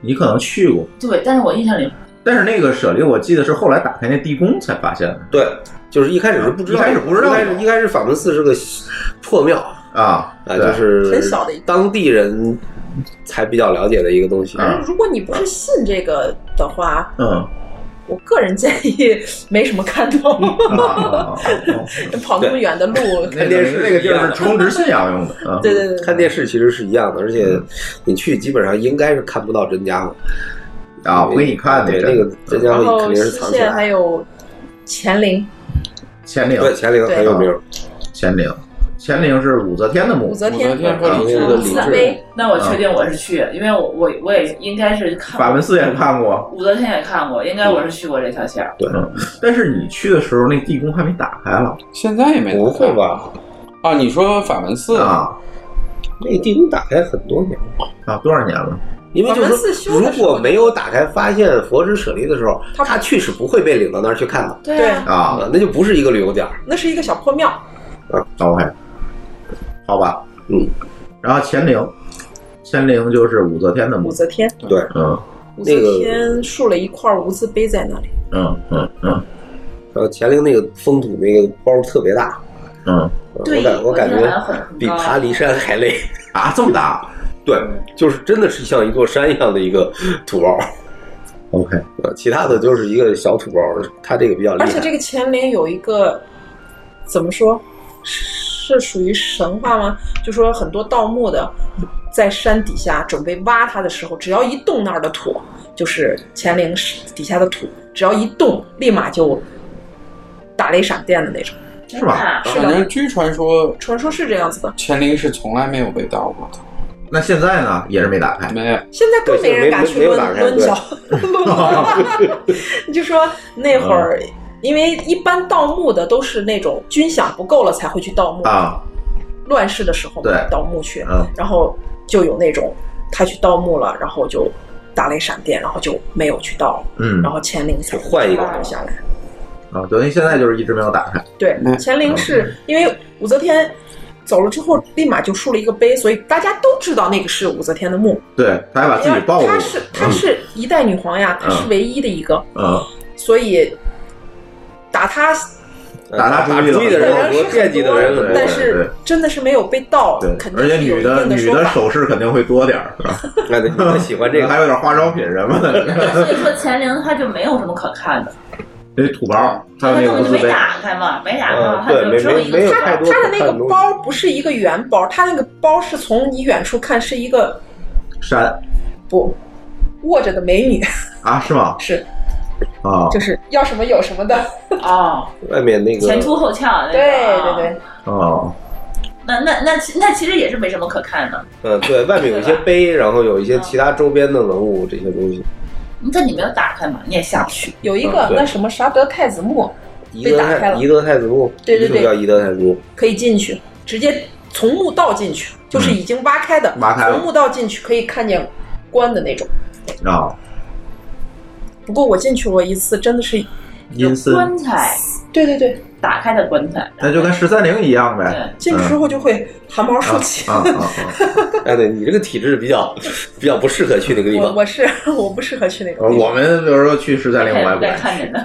你可能去过，对，但是我印象里但是那个舍利我记得是后来打开那地宫才发现的，对，就是一开始是不知道，一开始不知道一开始一开始法门寺是个破庙啊，啊，对就是很小的一个当地人才比较了解的一个东西。如果你不是信这个的话，嗯，我个人建议没什么看头，啊哦跑那么远的路，看电视那个地儿是充值信仰用的嗯对对对嗯看电视其实是一样的，而且你去基本上应该是看不到真家伙啊，不给你看对，那嗯那个个真家然伙后肯定是藏西起线来。还有乾陵，乾陵，对乾陵很有名。乾陵，乾陵是武则天的墓，武则天武则天和李治的慈悲，那我确定我是去，因为我我我也应该是看法文寺也看过，武则天也看过，应该我是去过这条线儿。对，但是你去的时候，那地宫还没打开了，现在也没不会吧？啊，你说法门寺啊？那地宫打开很多年了啊，多少年了？因为就法门寺是修说，如的时候果没有打开发现佛指舍离的时候，他去是不会被领到那儿去看的。嗯对啊啊，那就不是一个旅游点儿那是一个小破庙，啊。 OK，好吧，嗯。然后乾陵，乾陵就是武则天的墓武，则天，对，嗯武则天竖了一块无字碑在那里，嗯嗯嗯然后乾陵那个风土那个包特别大，嗯，我感我感觉比爬骊山还累啊，这么大？对，就是真的是像一座山一样的一个土包。 OK，呃，其他的就是一个小土包，它这个比较厉害。而且这个乾陵有一个怎么说是属于神话吗？就说很多盗墓的在山底下准备挖它的时候，只要一动那儿的土，就是乾陵底下的土，只要一动，立马就打雷闪电的那种，是吧是反的正，据传说，传说是这样子的。乾陵是从来没有被盗过的。那现在呢，也是没打开，没有。现在更没人敢去抡抡脚， 你就说那会儿，因为一般盗墓的都是那种军饷不够了才会去盗墓，啊，乱世的时候嘛对盗墓去嗯，然后就有那种他去盗墓了，然后就打雷闪电，然后就没有去盗，嗯然后乾陵才换一个留下来。啊，等于现在就是一直没有打开，对嗯，乾陵是因为武则天走了之后，立马就竖了一个碑，所以大家都知道那个是武则天的墓。对，他还把啊自己暴露了，她哎是她是一代女皇呀，她嗯是唯一的一个，嗯，所以打她打他呃打主意的人很多，惦记的人很多。但是真的是没有被盗对，肯，定而且是有女一的定的女说的法。首饰肯定会多点儿，是吧？那你们哎喜欢这个，还有点化妆品什么的， 所以说乾陵它就没有什么可看的，那土包，还有那它个就无字没碑，打开嘛，没打开嗯嘛，它就对只有一没个有角太她多她的那可看的个东西包不是一个圆包，她那个包是从你远处看是一个山不握着的美女，啊，是吗？是啊，就是要什么有什么的哦，外面那前凸后翘那个。对对对，哦，那那那其那其实也是没什么可看的。嗯，对，外面有一些碑，然后有一嗯些其他周边的文物这些东西。但嗯你没有打开嘛，你也下不去。有一个嗯对那什么啥德太子墓宜被德打开太了宜，德太子墓，对对对为什么叫宜德太子墓？可以进去，直接从墓道进去，就是已经挖开的，嗯挖开了从墓道进去可以看见棺的那种。啊，不过我进去过一次，真的是阴森，棺材，对对对，打开的棺材，那就跟十三陵一样呗，进去之后就会汗毛竖起。啊啊啊！哎，对你这个体质比较比较不适合去那个 地我方。我是我不适合去那个呃地方，我们比如说去十三陵，我也不敢去。见的。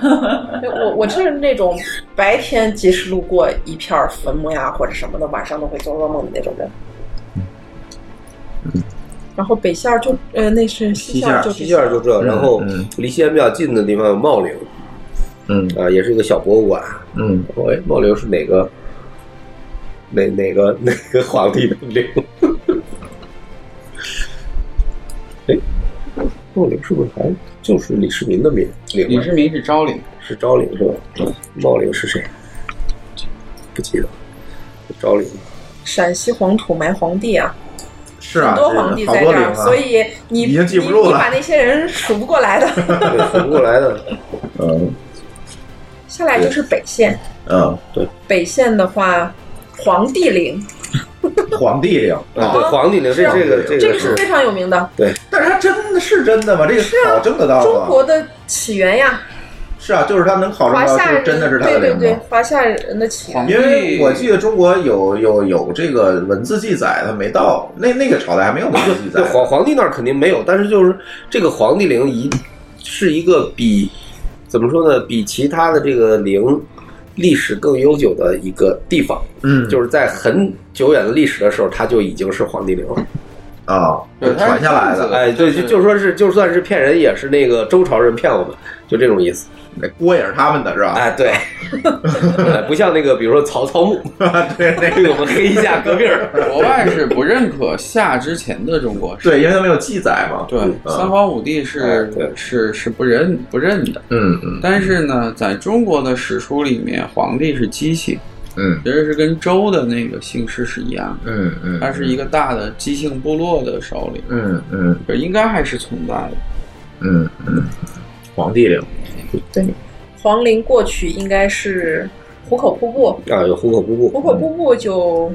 我我这是那种白天即使路过一片坟墓呀或者什么的，晚上都会做噩梦的那种人。然后北线儿就呃那是西线儿就西线儿就这，嗯然后离西安比较近的地方有茂陵，嗯啊，也是一个小博物馆。嗯，哎，茂陵是哪个？哪哪个 哪个皇帝的陵？哎，茂陵是不是还就是李世民的陵？陵李世民是昭陵，是昭陵是吧？嗯茂陵是谁？不记得。昭陵陕西黄土埋皇帝啊，是啊很多皇帝在这儿，所以你已经记不住了你你把那些人数不过来 的。对，反过来的。嗯下来就是北线，嗯，对，北线的话，黄帝陵皇帝陵啊，对，皇帝陵这这个这个是非常有名的，对，但是它真的是真的吗？这个考证得到啊中吗？国的起源呀，是啊，就是它能考证华到夏是人真的是它的对对陵对吗？，华夏人的起源。因为我记得中国有有有这个文字记载，它没到那那个朝代还没有文字记载对。皇皇帝那儿肯定没有，但是就是这个皇帝陵一是一个比怎么说呢，比其他的这个陵历史更悠久的一个地方。嗯就是在很久远的历史的时候，它就已经是皇帝陵了。啊，对传下来的，哎，对，就就说是就算是骗人，也是那个周朝人骗我们，就这种意思。那锅也是他们的，是吧？哎， 对，哎不像那个，比如说曹操墓， 对，那个我们黑一下隔壁儿。国外是不认可夏之前的中国史，对，因为他没有记载嘛。对，三皇五帝是是是不认不认的。嗯嗯。但是呢，在中国的史书里面，皇帝是姬姓，嗯，其实是跟周的那个姓氏是一样的，嗯嗯，他是一个大的姬姓部落的首领，嗯嗯，就应该还是存在的。嗯嗯，皇帝陵对，黄陵过去应该是壶口瀑布， 啊，有壶口瀑布，壶口瀑布就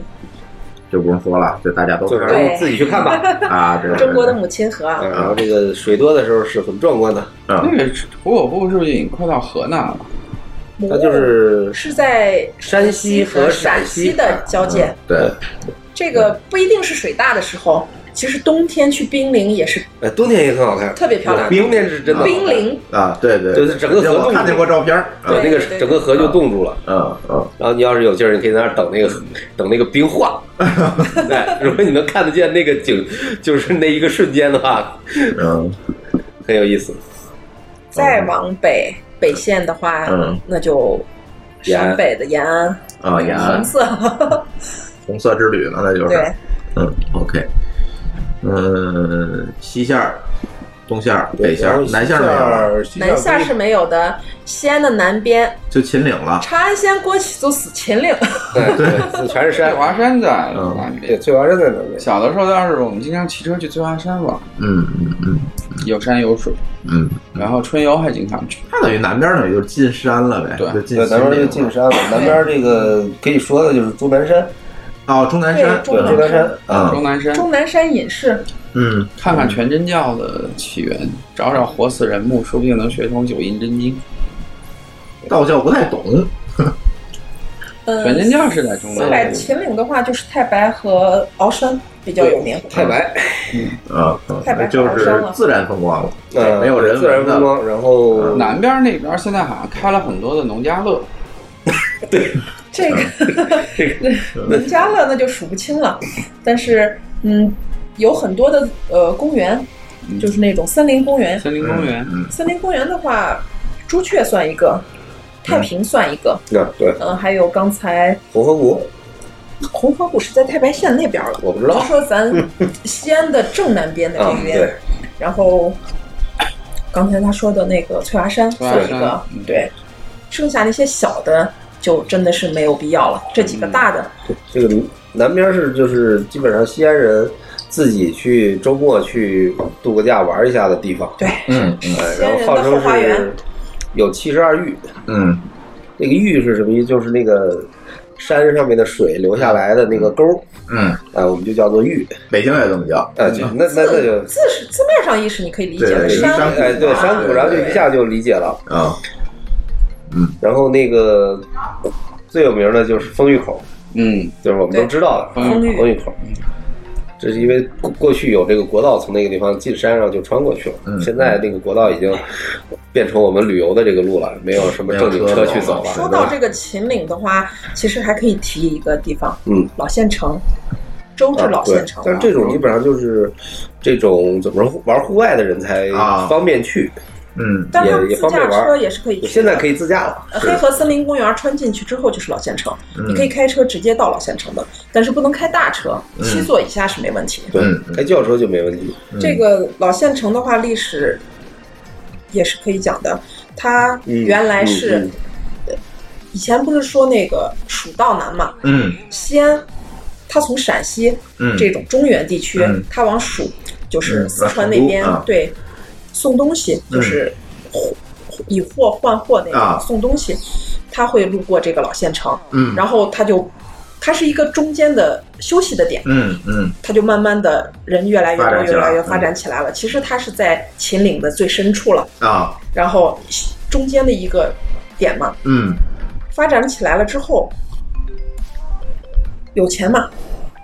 就不用说了，就大家都就知是道你哎自己去看 吧。啊，这中国的母亲河啊，嗯然后这个水多的时候是很壮观的，啊那个壶口瀑布是不是已经快到河南了？它就是是在山西和和陕西的交界。对，这个不一定是水大的时候，其实冬天去冰凌也是哎，冬天也很好看，特别漂亮冰面是真的好看冰凌，啊，对对，就是整个河冻我看见过照片，对，那个整个河就冻啊住了。嗯嗯。然后你要是有劲儿，你可以在那儿等那个等那个 冰化。对，如果你能看得见那个景，就是那一个瞬间的话，嗯，很有意思。再往北北线的话，嗯那就延安陕北的延安啊，延安红色，红色之旅呢，那就是嗯 对，嗯，OK，嗯，西线儿、东线儿、北线儿、南线儿没有了，南下是没有的。西安的南边，就秦岭了。长安先过去就死秦岭，对，全是山。翠 华山在南边，对，翠华山在南边。小的时候，当时我们经常骑车去翠华山玩，嗯嗯嗯有山有水，嗯，然后春游还经常去。那等于南边儿等于就是进山了呗，对就进对，南边秦就进岭山了，南边这个可以说的就是终南山，哦，终南山，对，终南山啊，终南山，终南山隐士，嗯，看看全真教的起源，找找活死人墓，说不定能学通九阴真经。道教不太懂，嗯，全真教是在中四百南秦岭的话，就是太白和鳌山比较有名。太白，啊，嗯太白就是自然风光了，嗯没有人文的自然风光，然后南边那边现在好像开了很多的农家乐，这个农家乐那就数不清了，但是嗯，有很多的呃公园，就是那种森林公园。森林公园。森林公园的话，朱雀算一个，太平算一个，那对嗯，还有刚才红河谷，红河谷是在太白县那边了，我不知道就说咱西安的正南边的啊这，边，对，然后刚才他说的那个翠华山翠华山算一个嗯，对，剩下那些小的就真的是没有必要了，这几个大的。这个南边是就是基本上西安人自己去周末去度个假玩一下的地方，对，嗯哎，然后号称是有七十二峪，嗯那个峪是什么意思？就是那个山上面的水流下来的那个沟，嗯，哎，我们就叫做峪，北京也这么叫，哎，就那那那就字是字面上意思你可以理解对为对山啊山哎对山谷，然后就一下就理解了。啊，然后那个最有名的就是丰峪口，嗯，就是我们都知道的丰峪口丰峪口。嗯嗯这是因为过过去有这个国道从那个地方进山上就穿过去了，嗯现在那个国道已经变成我们旅游的这个路了，没有什么正经车去走说了。到这个秦岭的话，其实还可以提一个地方，嗯，老县城，周至啊老对县城，但是这种基本上就是这种怎么说玩户外的人才啊方便去，嗯但是它也也自方便驾玩车也是可以去的。现在可以自驾了。呃黑河森林公园穿进去之后就是老县城，嗯嗯你可以开车直接到老县城的，但是不能开大车，嗯七座以下是没问题。对嗯，开轿车就没问题。这个老县城的话，历史也是可以讲的。它原来是、嗯呃以前不是说那个蜀道难嘛，嗯西安，它从陕西嗯这种中原地区，嗯它往蜀就是嗯四川那边、往蜀啊嗯对送东西，就是货以货换货那个、啊送东西，它会路过这个老县城，嗯然后它就它是一个中间的休息的点，嗯嗯它就慢慢的人越来越发多，展起越来来越嗯发展起来了。其实它是在秦岭的最深处了，啊，然后中间的一个点嘛，嗯发展起来了之后，有钱嘛？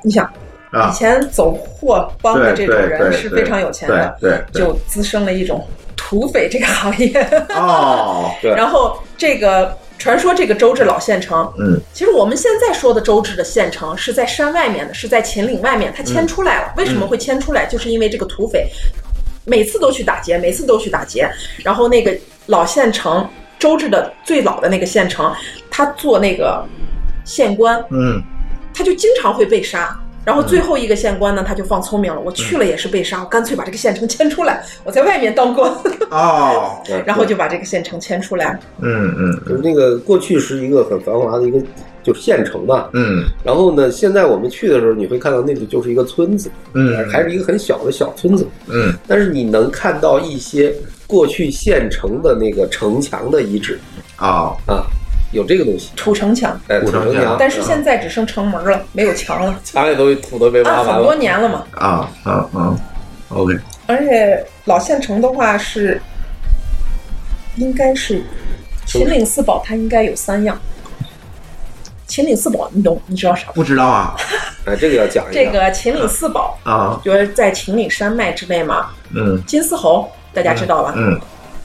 你想，以啊，前走货帮的这种对对人对是非常有钱的，对对对就滋生了一种土匪这个行业。哦，对然后这个传说这个周至老县城，嗯，其实我们现在说的周至的县城是在山外面的，是在秦岭外面，它迁出来了。为什么会迁出来？就是因为这个土匪每次都去打劫，每次都去打劫。然后那个老县城，周至的最老的那个县城，他做那个县官，嗯，他就经常会被杀。然后最后一个县官呢，他就放聪明了，我去了也是被杀，我干脆把这个县城迁出来，我在外面当官，哦， 然后就把这个县城迁出来。嗯嗯，嗯就是那个过去是一个很繁华的一个就是县城吧，嗯然后呢，现在我们去的时候，你会看到那里就是一个村子，嗯还是一个很小的小村子，嗯但是你能看到一些过去县城的那个城墙的遗址啊啊，有这个东西，土城墙，哎，土城墙，但是现啊在只剩城门了，没有墙了，墙也都土都被挖按完很多了，年了嘛。啊啊啊，OK，而且老县城的话是，应该是秦岭四宝，它应该有三样。秦岭四宝，你懂？你知道啥？不知道啊哎，这个要讲一这下，个秦岭四宝，啊，就是在秦岭山脉之内嘛。嗯，金丝猴大家知道吧？嗯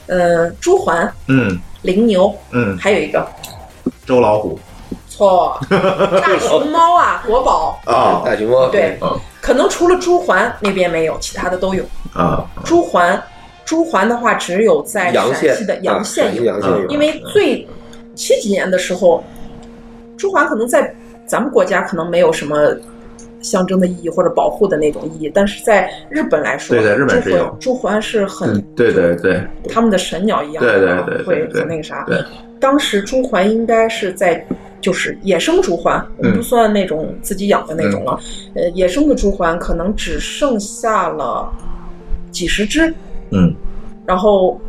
呃，朱鹮、嗯羚牛，嗯，还有一个周老虎 错，大熊猫啊，国宝。啊大熊猫，对啊可能除了朱鹮那边没有，其他的都有。啊朱鹮，朱鹮的话只有在阳陕县西的啊洋县陕西有，阳县有，嗯因为最七几年的时候，朱鹮可能在咱们国家可能没有什么象征的意义或者保护的那种意义，但是在日本来说，对在日本是朱鹮有朱鹮是很、嗯，对对对他们的神鸟一样，对对对对会对很那个啥。对，当时朱鹮应该是在就是野生朱嗯鹮，我们不算那种自己养的那种了。呃，野生的朱鹮可能只剩下了几十只，嗯然后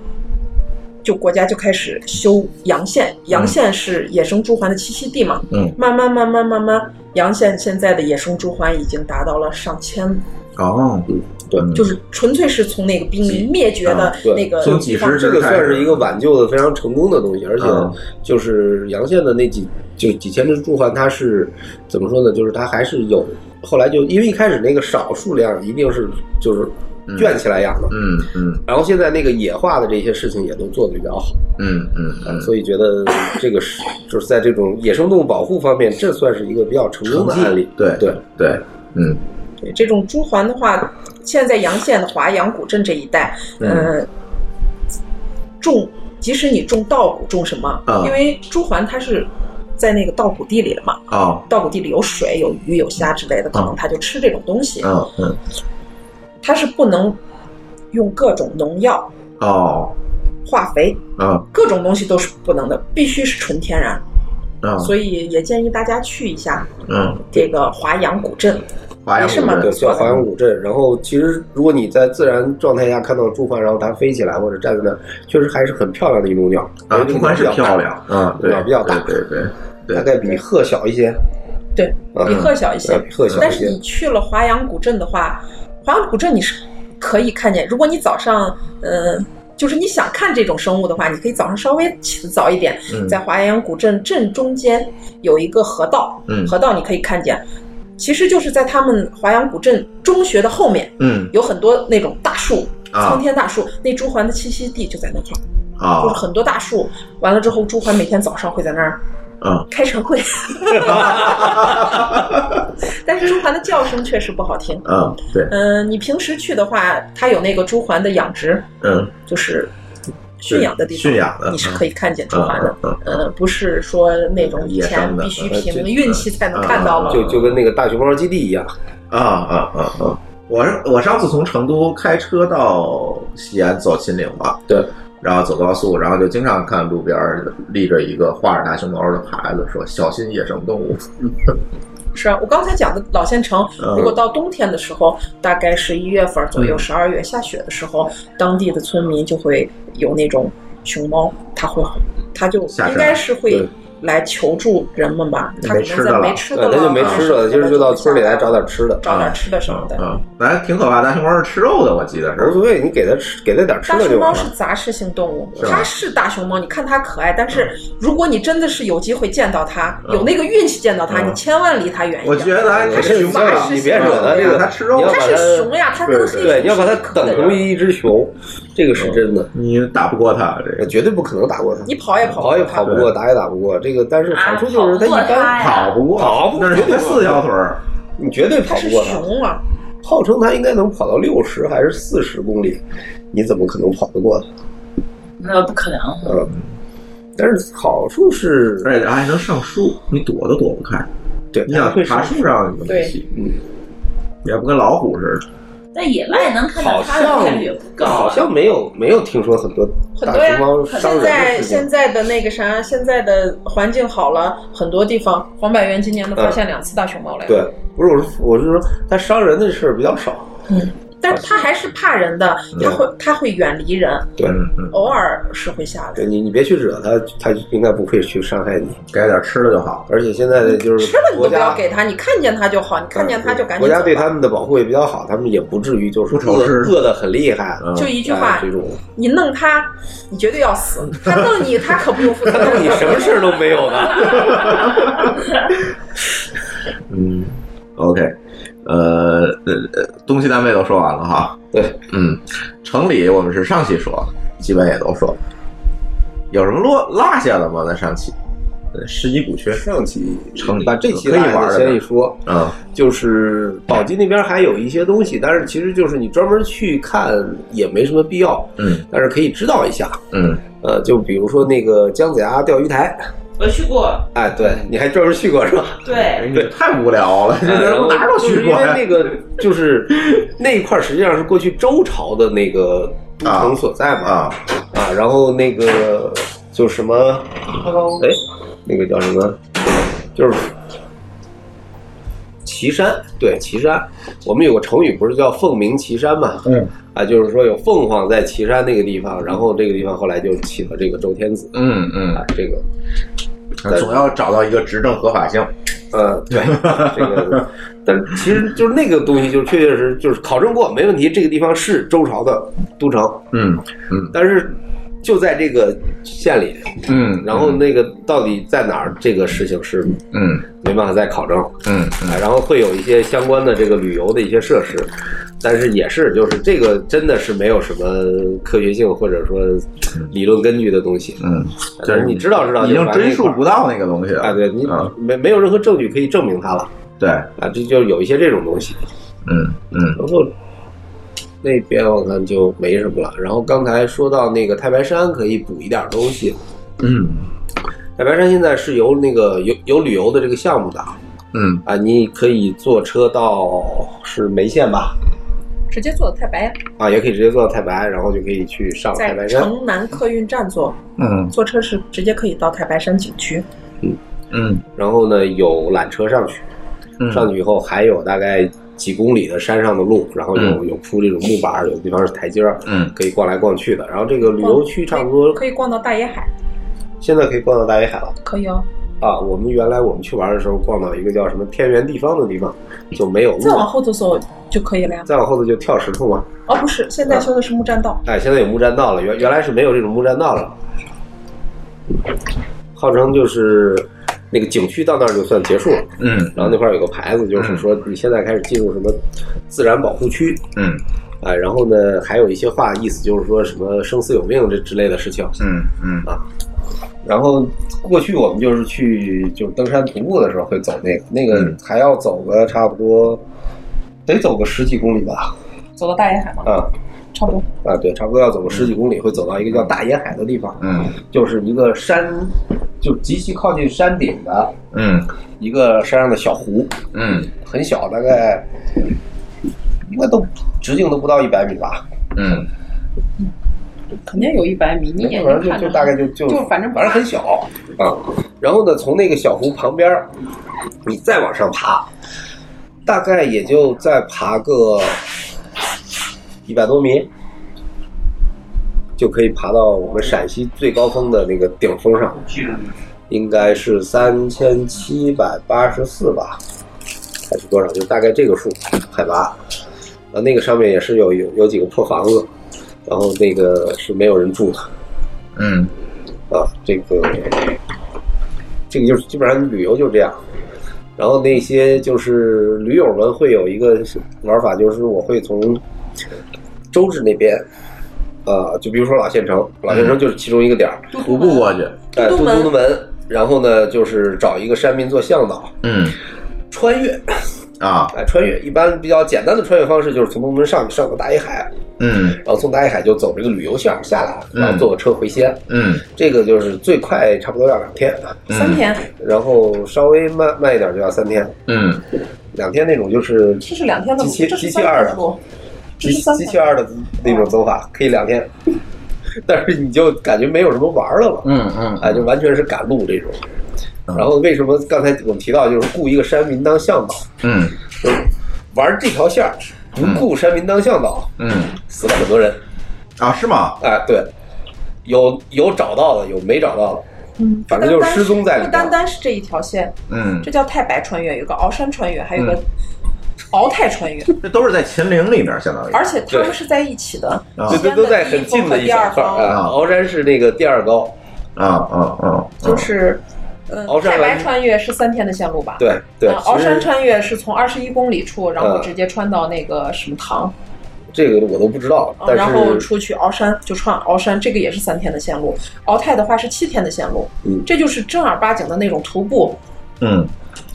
就国家就开始修洋县，洋县是野生朱鹮的栖息地嘛。嗯，慢慢慢慢慢慢，洋县现在的野生朱鹮已经达到了上千哦，对，就是纯粹是从那个濒临灭绝的对那个啊从几十只这个算是一个挽救的非常成功的东西，而且嗯就是洋县的那几就几千只驻汉，它是怎么说呢？就是它还是有后来就因为一开始那个少数量一定是就是圈起来养的，嗯嗯然后现在那个野化的这些事情也都做得比较好，嗯嗯嗯，所以觉得这个是就是在这种野生动物保护方面，这算是一个比较成功的案例。对对，对，嗯对这种朱鹮的话，现在洋县的华阳古镇这一带，嗯呃，种即使你种稻谷，种什么？啊因为朱鹮它是在那个稻谷地里了嘛，哦稻谷地里有水、有鱼、有虾之类的，啊可能它就吃这种东西，嗯嗯它是不能用各种农药、哦化肥，啊各种东西都是不能的，必须是纯天然。啊，所以也建议大家去一下嗯，这个华阳古镇，华阳也是蛮不对，错叫的。华阳古镇。然后，其实如果你在自然状态下看到朱鹮，然后它飞起来或者站在那儿，确实还是很漂亮的一种鸟。啊，而且不光是比较大漂亮，啊，对，对对对，大概比鹤小一些，对，啊比鹤小一些嗯，比鹤小一些但是你去了华阳古镇的话，华阳古镇你是可以看见，如果你早上，呃，就是你想看这种生物的话，你可以早上稍微起得早一点，嗯在华阳古镇镇中间有一个河道，嗯河道你可以看见，其实就是在他们华阳古镇中学的后面。嗯有很多那种大树，啊苍天大树，那朱鹮的栖息地就在那块儿，啊就是很多大树。完了之后，朱鹮每天早上会在那儿啊开晨会， 但是朱鹮的叫声确实不好听。啊，对，嗯、你平时去的话，它有那个朱鹮的养殖，嗯就是驯养的地方，驯养的你是可以看见朱鹮的。嗯呃，不是说那种以野生前的必须呃凭这运气才能看到啊了。就就跟那个大熊猫基地一样。啊啊啊啊！我我上次从成都开车到西安走秦岭吧，对，然后走高速，然后就经常看路边儿立着一个画着大熊猫的牌子，说小心野生动物。是啊，我刚才讲的老县城，嗯如果到冬天的时候，大概十一月份左右，嗯十二月下雪的时候，当地的村民就会有那种熊猫，它会，它就下山应该是对会来求助人们吧，他可能没吃在的了，没吃的对，他就没了啊吃的了，今儿就到村里来找点吃的，找点吃的什么的。嗯，来挺可怕，大熊猫是吃肉的，我记得是。啊无所谓，你给它吃，给它点吃大的熊就完猫是了。杂食性动物，是吧嗯它是大熊猫，你看它可爱，但是如果你真的是有机会见到它，有那个运气见到嗯它，你千万离它远一点。我觉得哎它是熊猫这样你别惹它，这个它啊吃肉你要把它是熊呀它跟黑对，熊你要把它等同于一只熊，这个是真的，你打不过它，这个呃绝对不可能打过它。你跑也跑不啊过跑也它跑不过，打也打不过，这个但是好处就是它一啊般跑不过，跑不过，那是四条腿儿，你绝对跑不过它。熊啊，号称它应该能跑到六十还是四十公里，你怎么可能跑得过它？那不可能。嗯，但是好处是，而且还能上树，你躲都躲不开。对，你想它会爬上树上有对东西，嗯，也不跟老虎似的。在野外能看到好它的概像率也不高啊，好像没有没有听说很多很大多呀熊猫，现伤人在的事现情。在的那个啥，现在的环境好了，很多地方黄百元今年都发现两次大熊猫了呀。嗯对，不是我是我是说，它伤人的事儿比较少。但是它还是怕人的，嗯它会它会远离人，对，嗯偶尔是会下来。对你你别去惹它，它应该不会去伤害你。给它点吃的就好。而且现在的就是吃了你国都不要家嗯给它，你看见它就好，你看见它就赶紧国走家吧。对他们的保护也比较好，他们也不至于就是不愁饿吃饿的很厉害，就一句话哎这种。你弄它，你绝对要 。死。它弄你，它可不用负责你什么事儿都没有 呢？嗯，OK，呃，呃呃东西南北都说完了哈。对，嗯，城里我们是上期说，基本也都说，有什么落落下的吗？在上期，呃十一补缺，上期城里把这期可的以玩案的子先一说，啊，就是宝鸡那边还有一些东西，但是其实就是你专门去看也没什么必要，嗯但是可以知道一下。嗯，呃，就比如说那个姜子牙钓鱼台，我去过，哎，对，你还专门去过是吧？嗯对，对，哎哎太无 聊了，这呃人哪儿都去过呀那个就是那一块儿实际上是过去周朝的那个都城所在嘛啊然后那个就什么，哎，那个叫什么，就是岐山，对，岐山，我们有个成语不是叫凤鸣岐山嘛？嗯，啊，就是说有凤凰在岐山那个地方，然后这个地方后来就起了这个周天子，嗯嗯，啊，这个总要找到一个执政合法性。呃，对，这个，但是其实就是那个东西，就是确确实实就是考证过，没问题。这个地方是周朝的都城，嗯嗯但是就在这个县里，嗯然后那个到底在哪儿，这个事情是嗯没办法再考证了。嗯啊然后会有一些相关的这个旅游的一些设施，但是也是就是这个真的是没有什么科学性或者说理论根据的东西。嗯，就是你知道知道已就完经了，追溯不到那个东西了啊，对你嗯没没有任何证据可以证明它了。对，啊，这就有一些这种东西。嗯嗯然后那边我看就没什么了。然后刚才说到那个太白山可以补一点东西，嗯太白山现在是由那个有有旅游的这个项目的嗯啊，你可以坐车到是梅县吧，直接坐太白呀，啊，也可以直接坐到太白，然后就可以去上太白在山。城南客运站坐，嗯坐车是直接可以到太白山景区。嗯然后呢，有缆车上去，嗯上去以后还有大概几公里的山上的路，然后有嗯有铺这种木板儿，有地方是台阶儿，嗯可以逛来逛去的。然后这个旅游区差不多可以逛到大野海，现在可以逛到大野海了。可以哦。啊，我们原来我们去玩的时候逛到一个叫什么天元地方的地方，就没有路再往了。后头走就可以了呀。再往后头就跳石头嘛，哦，不是，现在修的是木栈道。哎，现在有木栈道了，原原来是没有这种木栈道了。号称就是那个景区到那儿就算结束了，嗯然后那块儿有个牌子，就是说你现在开始进入什么自然保护区，嗯啊，然后呢还有一些话，意思就是说什么生死有命这之类的事情，嗯嗯啊。然后过去我们就是去就是登山徒步的时候会走那个，那个还要走个差不多得走个十几公里吧，走到大野海吗？啊差不多。啊对，差不多要走个十几公里，会走到一个叫大野海的地方，嗯就是一个山，就极其靠近山顶的嗯一个山上的小湖，嗯很小，大概应该都直径都不到一百米吧，嗯肯定有一百米，你眼反正睛就看就着大概就就就反正反正很小啊。然后呢，从那个小湖旁边儿，你再往上爬，大概也就再爬个一百多米，就可以爬到我们陕西最高峰的那个顶峰上。应该是三千七百八十四吧，还是多少？就大概这个数海拔。呃，那个上面也是有有有几个破房子，然后那个是没有人住的。嗯，啊，这个这个就是基本上旅游就这样。然后那些就是驴友们会有一个玩法，就是我会从周至那边，啊，就比如说老县城，老县城就是其中一个点儿，徒步过去，哎，都督门，然后呢就是找一个山民做向导，嗯，穿越。啊，哎，穿越一般比较简单的穿越方式就是从东门上上个大一海，嗯然后从大一海就走这个旅游线儿下来，然后坐个车回西安。嗯这个就是最快，差不多要两天，啊三天，然后稍微慢慢一点就要三天，嗯，两天那 种就是这是两天的极路，其这极是其三二天的的路，极极其二的那种走法，可以两天， 但是你就感觉没有什么玩儿的了，嗯嗯，哎，就完全是赶路这种。然后为什么刚才我们提到就是雇一个山民当向导，嗯玩这条线儿，不雇山民当向导，嗯，死了很多人啊，是吗？哎，对，有有找到的，有没找到的，嗯，反正就是失踪在里不面单。单是这一条线，嗯这叫太白穿越，有个鳌山穿越，还有个嗯鳌泰穿越，这都是在秦岭里边，相当于，而且他们是在一起的，这都都在很近的一小块儿啊。鳌山是那个第二高，啊啊啊，就是，嗯鳌，山太完白穿越是三天的线路吧？对对嗯鳌其实山穿越是从二十一公里处，然后嗯直接穿到那个什么塘，这个我都不知道，嗯但然后是出去鳌山就穿鳌山，这个也是三天的线路。鳌泰的话是七天的线路，嗯这就是正儿八经的那种徒步，嗯，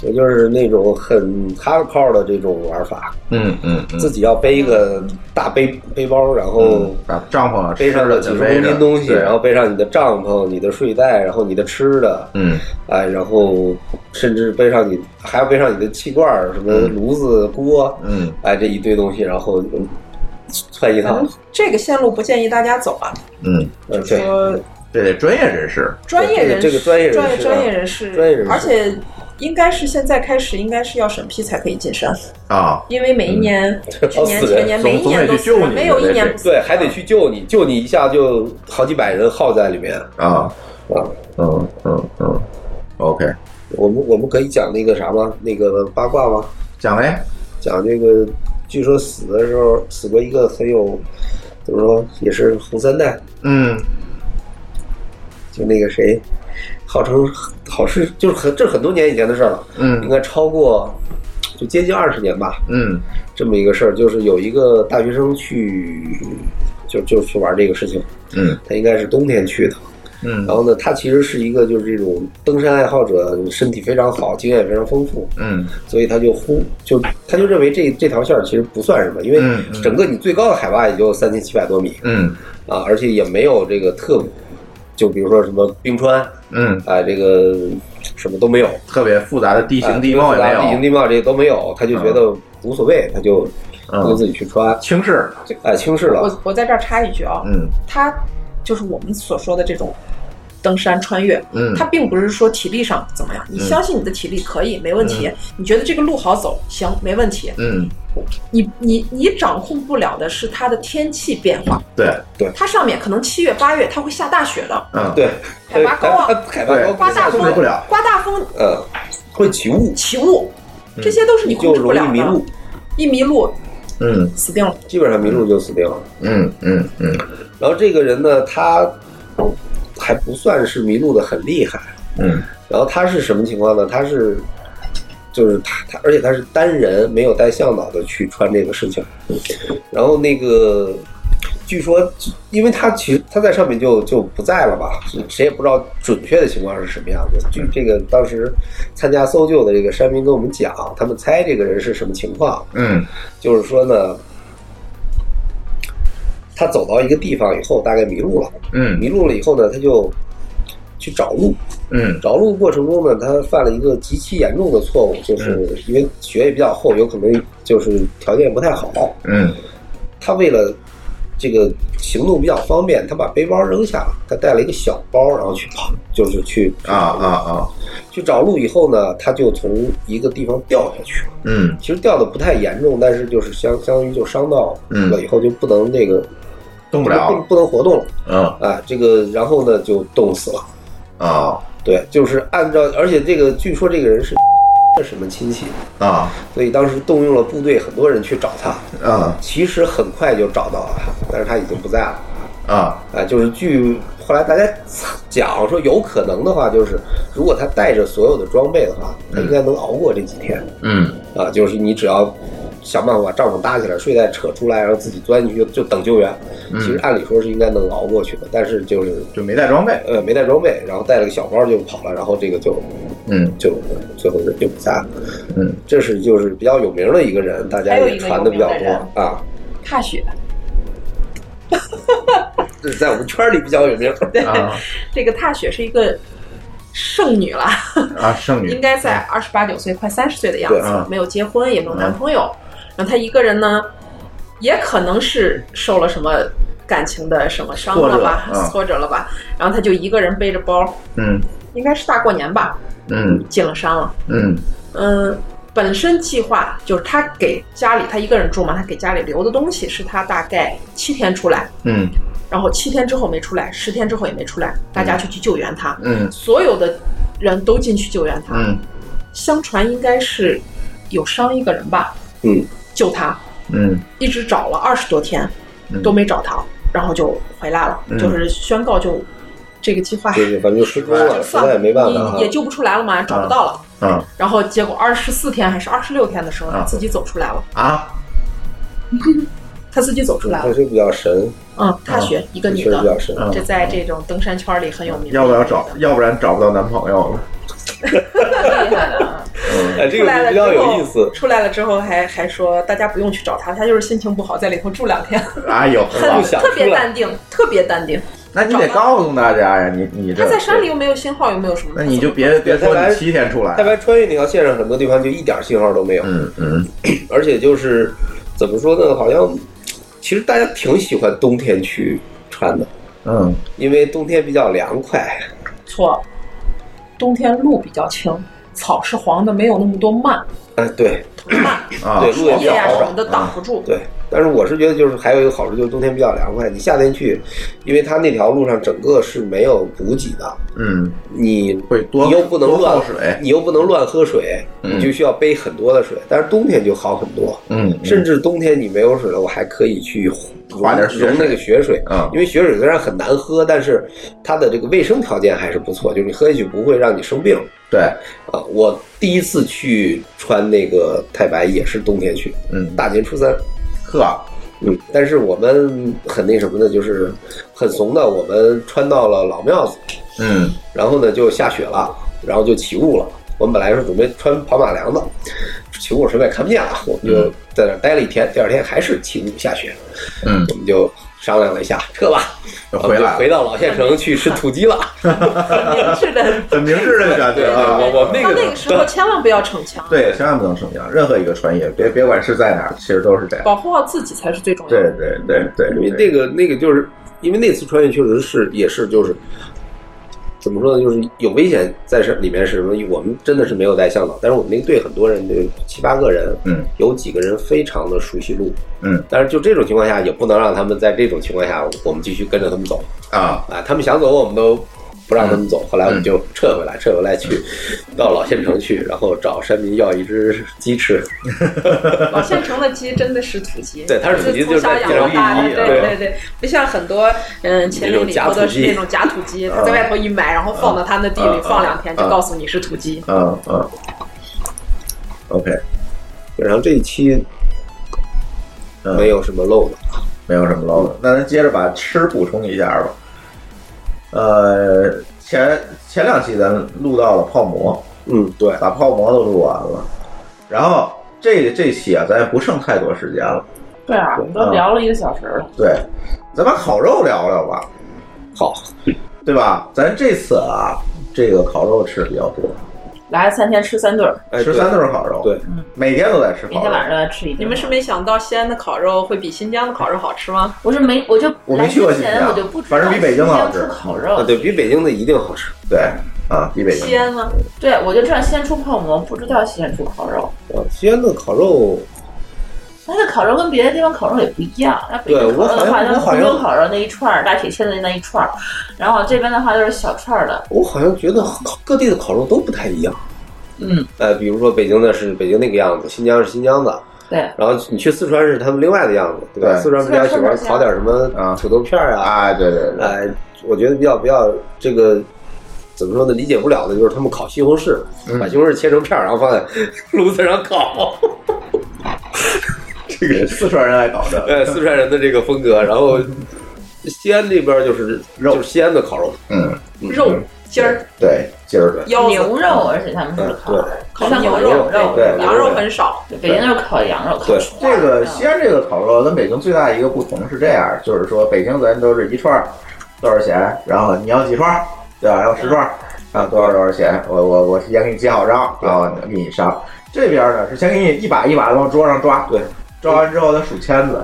也就是那种很 hardcore 的这种玩法，嗯嗯嗯，自己要背一个大背背包，然后把帐篷嗯啊背上了几十公斤东西，然后背上你的帐篷、你的睡袋，然后你的吃的，嗯，哎，然后甚至背上你还要背上你的气罐儿、什么炉子、锅，嗯，哎，这一堆东西，然后嗯窜一趟，这个线路不建议大家走啊。嗯，呃，对，说这得专业人士，专业人士，这个专业人士啊专业人士，专业人士而且应该是现在开始，应该是要审批才可以进山，啊，因为每一 年、去要年、嗯死前人年，每一年都死人，没有一年不死啊对，还得去救你，救你一下就好几百人耗在里面。啊，啊，嗯嗯嗯，OK，我们我们可以讲那个啥吗？那个八卦吗？讲呗，讲这个，据说死的时候死过一个很有怎么说，也是红三代，嗯就那个谁，号称好是就是很这是很多年以前的事儿了，应嗯该超过就接近二十年吧，嗯这么一个事儿，就是有一个大学生去就就去玩这个事情，嗯他应该是冬天去的。嗯然后呢，他其实是一个就是这种登山爱好者，身体非常好，经验也非常丰富，嗯所以他就忽就他就认为这这条线儿其实不算什么，因为嗯嗯整个你最高的海拔也就三千七百多米嗯啊，而且也没有这个特，就比如说什么冰川嗯，啊，这个什么都没有，特别复杂的地形地貌也啊没地形有，嗯地貌这些都没有，他就觉得无所谓，他就他就自己去穿，轻视，哎，轻视了，我我在这儿插一句啊，嗯它就是我们所说的这种。登山穿越，嗯它并不是说体力上怎么样，嗯你相信你的体力可以，没问题。你觉得这个路好走，行，没问题。嗯，你你你掌控不了的是它的天气变化，对，它上面可能七月八月它会下大雪的，嗯对，海拔高啊海海拔高，刮大控制风不了，刮大风呃，会起雾，起雾，这些都是你控就制不容易了迷的路。，一迷路嗯死定了。基本上迷路就死定了。嗯嗯嗯然后这个人呢，他还不算是迷路的很厉害。嗯然后他是什么情况呢？他是就是他他，而且他是单人，没有带向导的去穿这个事情。然后那个据说，因为他其实他在上面就就不在了吧，谁也不知道准确的情况是什么样子。据这个当时参加搜救的这个山民跟我们讲，他们猜这个人是什么情况，嗯就是说呢。他走到一个地方以后，大概迷路了。嗯迷路了以后呢，他就去找路。嗯找路过程中呢，他犯了一个极其严重的错误，就是因为雪也比较厚，有可能就是条件不太好。嗯他为了这个行动比较方便，他把背包扔下了，他带了一个小包，然后去跑，就是去啊啊啊，去找路。以后呢，他就从一个地方掉下去了。嗯其实掉的不太严重，但是就是相相当于就伤到了，以后就不能那个动不不了，不能活动了嗯啊。这个然后呢就冻死了。啊对，就是按照，而且这个据说这个人是什么亲戚，啊所以当时动用了部队很多人去找他。啊其实很快就找到了他，但是他已经不在了。啊啊，就是据后来大家讲说，有可能的话，就是如果他带着所有的装备的话，他应该能熬过这几天。嗯啊，就是你只要想办法把帐篷搭起来，睡袋扯出来，然后自己钻进去，就等救援。嗯其实按理说是应该能熬过去的，但是就是就没带装备，呃，没带装备，然后带了个小包就跑了，然后这个就嗯就最后人就不在了。嗯，这是就是比较有名的一个人，大家还有也一个传的比较有名的人多啊，踏雪，这是在我们圈里比较有名。对，啊这个踏雪是一个剩女了，啊，剩女应该在二十八九岁、快三十岁的样子对啊，没有结婚，也没有男朋友。然后她一个人呢，也可能是受了什么感情的什么伤了吧挫折啊，挫折了吧。然后她就一个人背着包，嗯应该是大过年吧，嗯进了山了。嗯嗯，本身计划就是她给家里，她一个人住嘛，她给家里留的东西是她大概七天出来，嗯然后七天之后没出来，十天之后也没出来，大家就去救援她。嗯所有的人都进去救援她。嗯相传应该是有伤一个人吧，嗯救他，嗯一直找了二十多天嗯都没找他，然后就回来了，嗯就是宣告就这个计划对对，反正就失踪了，就实算在了，也没办法啊也。也救不出来了嘛，找不到了。啊然后结果二十四天还是二十六天的时候，啊他自己走出来了，啊他自己走出来他了。是比较神，嗯，啊踏雪一个女确实比较的，神。啊这在这种登山圈里很有名。要不要找，要不然找不到男朋友了。厉害的啊，哎， 这出来了个比之较后有意思。出来了之后还还说大家不用去找他，他就是心情不好，在里头住两天， 哎呦，很想特别出来淡定，特别淡定。 那你得告诉大家呀，你你这他在山里，又没有信号，又没有什么。那你就别别说你七天出来大，白穿越那条线上很多地方就一点信号都没有，嗯嗯而且就是怎么说呢，好像其实大家挺喜欢冬天去穿的，嗯因为冬天比较凉快。错，冬天路比较轻，草是黄的，没有那么多蔓， 哎，对啊，对，路也比叶较呀好什找嗯么。的挡不住。对，但是我是觉得就是还有一个好处就是冬天比较凉快，你夏天去，因为它那条路上整个是没有补给的，嗯，你会多你又不能多乱泡水，你又不能乱喝水，嗯你就需要背很多的水。但是冬天就好很多，嗯嗯甚至冬天你没有水了，我还可以去融化点雪水融那个雪水，嗯因为雪水虽然很难喝，但是它的这个卫生条件还是不错，就是你喝下去不会让你生病对，啊。我第一次去穿那个太白也是冬天去，嗯，大年初三，呵，嗯，但是我们很那什么的，就是很怂的，我们穿到了老庙子，嗯然后呢就下雪了，然后就起雾了。我们本来是准备穿跑马凉的，起雾实在看不见了，我们就在那儿待了一天。第二天还是起雾下雪，嗯我，们就商量了一下，撤吧，嗯就回来我们就回了，到老县城去吃土鸡了。是的，很明 智的选择啊，我我们到那那个个时候千万不要逞强，对，千万不能逞强，任何一个穿越，别别管是在哪儿，其实都是这样。保护好自己才是最重要对的。对对对，因为对那个那个就是因为那次穿越确实是也是就是怎么说呢，就是有危险在这里面是什么？我们真的是没有带向导，但是我们那个队很多人，就七八个人，嗯，有几个人非常的熟悉路，嗯，但是就这种情况下也不能让他们在这种情况下我们继续跟着他们走啊，啊，他们想走我们都。不让他们走，嗯后来我们就撤回来，撤回来去到老县城去，然后找山民要一只鸡吃。老县城的鸡真的是土鸡，对它是土鸡从小养到大的，就是对对对，不像很多嗯秦岭里头的是那种假土鸡，他在外头一买，然后放到他那地里嗯放两天，嗯就告诉你是土鸡。嗯嗯，OK，然后这一期嗯没有什么漏的，没有什么漏的。那咱接着把吃补充一下吧。呃，前前两期咱录到了泡馍，嗯，对，把泡馍都录完了，然后这这期啊，咱也不剩太多时间了。对啊，我嗯们都聊了一个小时了，对，咱把烤肉聊聊吧，好，对吧？咱这次啊，这个烤肉吃的比较多，来三天吃三顿儿，哎吃对三顿烤肉，对，每天都在吃嗯每烤肉。天晚上都要吃一顿。你们是没想到西安的烤肉会比新疆的烤肉好吃吗？我是没，我就我没去过来之前新疆我就不知道反正比北京好吃嗯新疆出烤啊，肉。对比北京的一定好吃。对啊，比北京西安呢？对，我就知道西安出泡馍，不知道西安出烤肉。啊，西安的烤肉，它的烤肉跟别的地方烤肉也不一样。那北对京我烤肉好像的话，它我好是像溜烤肉那一串儿，大铁签的那一串儿，然后这边的话就是小串儿的。我好像觉得烤各地的烤肉都不太一样。嗯，呃，比如说北京的是北京那个样子，新疆是新疆的，对，然后你去四川是他们另外的样子，对吧？对四川比较喜欢烤点什么土豆片儿啊，啊，对对对，哎，我觉得比较比较这个怎么说呢？理解不了的就是他们烤西红柿，把西红柿切成片儿，然后放在炉子上烤。 这个是四川人爱搞的，呃，四川人的这个风格。然 后西安这边就是肉，就是西安的烤肉，嗯，肉筋儿、对，今儿对，腰子牛肉，而且他们是嗯，对，烤上牛烤肉羊肉，对羊肉很少，对北京都是烤羊肉，烤对，这个西安这个烤肉跟北京最大一个不同是这样，就是说北京咱都是一串儿多少钱，然后你要几串儿，对吧？要十串儿，啊，多少多少钱？我我我提前给你结好账，然后给你上。这边呢是先给你一把一把的往桌上抓，对，抓完之后再数签子，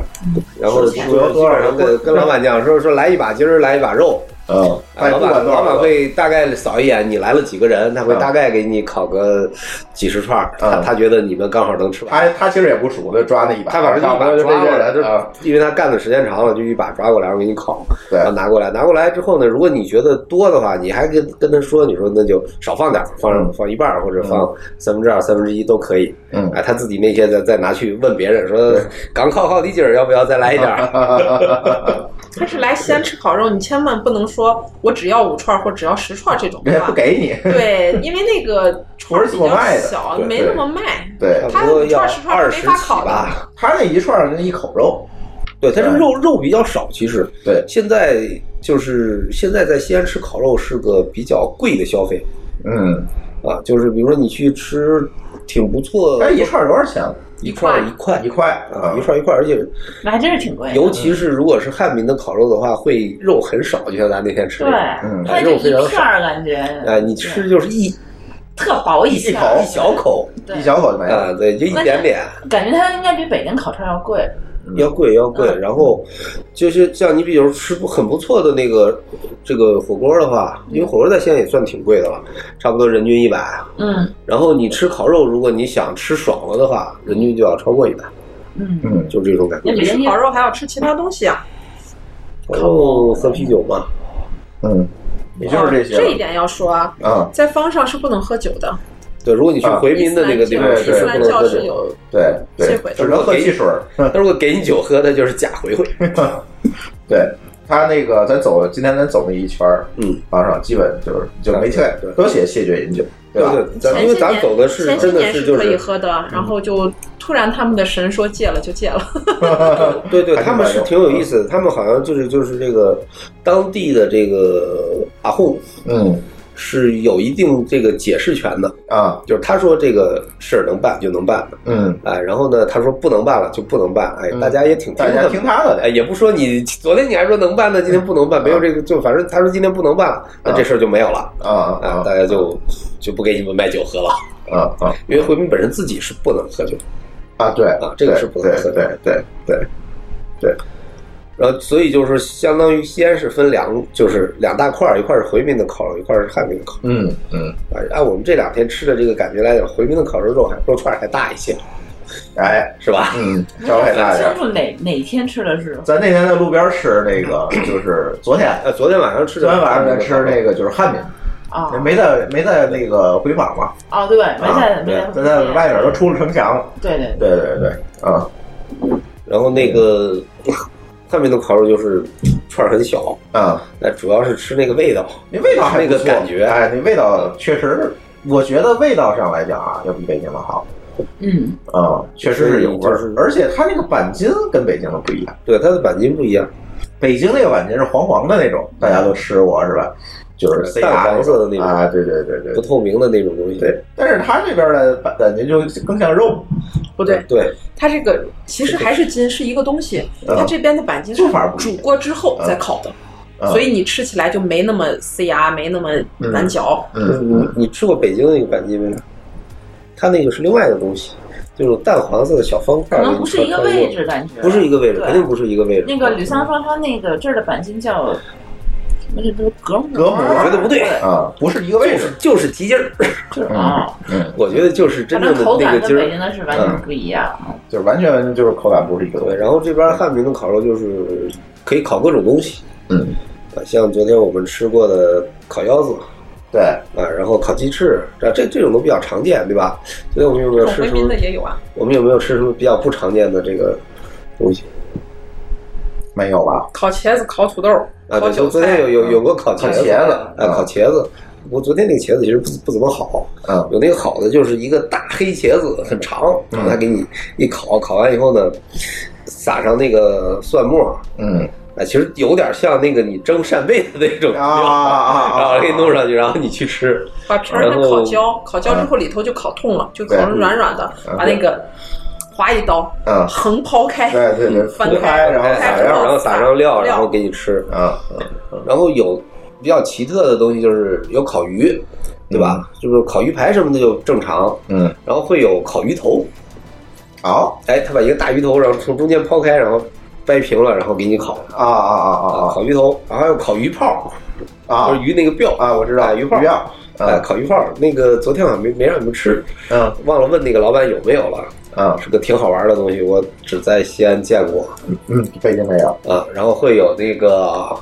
然后数说钱多基多本少上跟跟老板讲说说来一把今儿来一把肉。嗯，哎老不管板多少老个板会大概扫一眼你来了几个人，他会大概给你烤个几十串儿，他他觉得你们刚好能吃完。他他其实也不数，就抓那一把，他把这一一把抓抓过过来，来就就嗯因为他干的时间长了，就一把抓过来，然后给你烤，对然后拿过来，拿过来之后呢，如果你觉得多的话，你还跟跟他说，你说那就少放点儿，放放一半儿或者放三分之二、三分之一都可以。嗯哎，他自己那些再再拿去问别人说，港靠靠地劲儿，要不要再来一点儿？但是来西安吃烤肉，你千万不能说我只要五串儿或者只要十串儿这种，人家对嗯 吧不？给你，对，因为那个串儿比不是这么卖较的小，对没那么卖。对，他五串儿十串儿没法烤的。吧，他那一串儿跟一口肉，对，它这个肉肉比较少，其实对，现在就是现在在西安吃烤肉是个比较贵的消费嗯，啊，就是比如说你去吃挺不错，哎，一串儿多少钱？一块儿一块一块啊，一串一块，而且那还真是挺贵的。尤其是如果是汉民的烤肉的话，会肉很少，就像咱那天吃对的，，它哎这肉非常一片少，儿感觉哎，你吃就是一特薄一一片口儿一，小口，对一小口就没了，啊，对，就一点点。感觉它应该比北京烤串要贵。要贵要贵，嗯然后就是像你，比如吃不很不错的那个这个火锅的话，因为火锅在现在也算挺贵的了，差不多人均一百。嗯然后你吃烤肉，如果你想吃爽了的话，人均就要超过一百，嗯，嗯，就这种感觉。吃烤肉还要吃其他东西啊，然后喝啤酒嘛，嗯，也就是这些哦这一了，点要说啊，啊，在方上是不能喝酒的。对，如果你去回民的那个地方啊吃，是不伊斯能兰喝教是酒有，对对这回，只能喝汽水儿，他如果给你酒喝，那就是假回回。对。他那个，咱走，今天咱走那一圈儿，嗯，往上基本就是就没退对，都写谢绝饮酒，对吧？对，咱因为咱走的是前些真的年是是就可以是，喝的，然后就突然他们的神说戒了就戒了。啊对对，他们是挺有嗯意思的，他们好像就是就是这个当地的这个阿訇。嗯是有一定这个解释权的，啊，就是他说这个事儿能办就能办，嗯，哎，然后呢，他说不能办了就不能办，哎，大家也挺大家听他他的，哎，的，也不说你昨天你还说能办呢，今天不能办，没有嗯这个，就反正他说今天不能办了，那这事儿就没有了，啊啊啊，大家就就不给你们卖酒喝了，啊啊因为回民本身自己是不能喝酒的，啊，对啊这个是不能喝对对对对对，然后所以就是相当于西安是分两，就是两大块儿，一块儿是回民的烤肉，一块儿是汉民的烤肉。嗯嗯，啊，按我们这两天吃的这个感觉来讲，回民的烤肉肉还肉串儿还大一些，哎，是 吧？嗯，稍微大一分点清。楚哪哪天吃的是咱那天在路边吃那个，就是昨天，呃，昨天晚上吃的，昨天晚上在吃那个就是汉民，啊没在没在那个回坊嘛，啊，对，没在啊没咱在外边边都出了城墙了。对对对对对，啊，然后那个汉民的烤肉就是串儿很小，啊，那主要是吃那个味道，那味道还那不个错感觉，哎，那味道确实，我觉得味道上来讲啊，要比北京的好嗯，啊，确实是有味儿就是，而且它那个板筋跟北京的不一样，对它的板筋不一样，北京那个板筋是黄黄的那种，大家都吃过是吧？就是塞牙淡黄色的那种啊，对对对对不透明的那种东西。对，但是它这边的板板筋就更像肉，不对，对，它这个其实还是筋是一个东西，嗯它这边的板筋是做法不一样煮过之后再烤的，嗯所以你吃起来就没那么塞牙，没那么难嚼。嗯你你吃过北京那个板筋没？它那个是另外的东西，就是淡黄色的小方块可儿，能不是一个位置，感觉不是一个位置，对肯定不是一个位置。那个吕桑说他那个这儿的板筋叫那这这隔膜隔膜儿觉得不对啊，不是一个位置，就是提筋儿，啊，嗯，我觉得就是真反正正的口那感个跟筋北京的儿，是完全不一样。就是完全就是口感不是一个对，然后这边汉民的烤肉就是可以烤各种东西，嗯，啊，像昨天我们吃过的烤腰子，对，啊，然后烤鸡翅，啊，这这种都比较常见，对吧？昨天我们有没有董吃辉什么斌的？也有啊，我们有没有吃什么比较不常见的这个东西？没有吧？烤茄子、烤土豆、烤啊，对，韭就昨菜天。有有有个烤茄烤茄子哎，烤茄子。我昨天那个茄子其实不不怎么好，嗯，有那个好的就是一个大黑茄子，很长，然后他给你一烤，烤完以后呢，撒上那个蒜末，嗯，哎，其实有点像那个你蒸扇贝的那种料，啊然后给你弄上去，然后你去吃，把皮儿然它后啊烤焦，烤焦之后里头就烤痛了，就烤成对啊软软的，嗯把那个划一刀，嗯横抛开，对对对 翻铺开，然后撒开上，然后撒上料，然后哎料给你吃。啊，然后有比较奇特的东西就是有烤鱼，对吧？就是烤鱼排什么的就正常，嗯，然后会有烤鱼头。好，哎，他把一个大鱼头，然后从中间抛开，然后掰平了，然后给你烤。啊啊啊啊！烤鱼头，然后还有烤鱼泡，啊，就是鱼那个鳔啊，我知道鱼泡，鱼鳔啊哎，烤鱼泡，那个昨天晚上没没让你们吃，嗯，忘了问那个老板有没有了，啊，是个挺好玩的东西，我只在西安见过，嗯，北京没有，啊，然后会有那个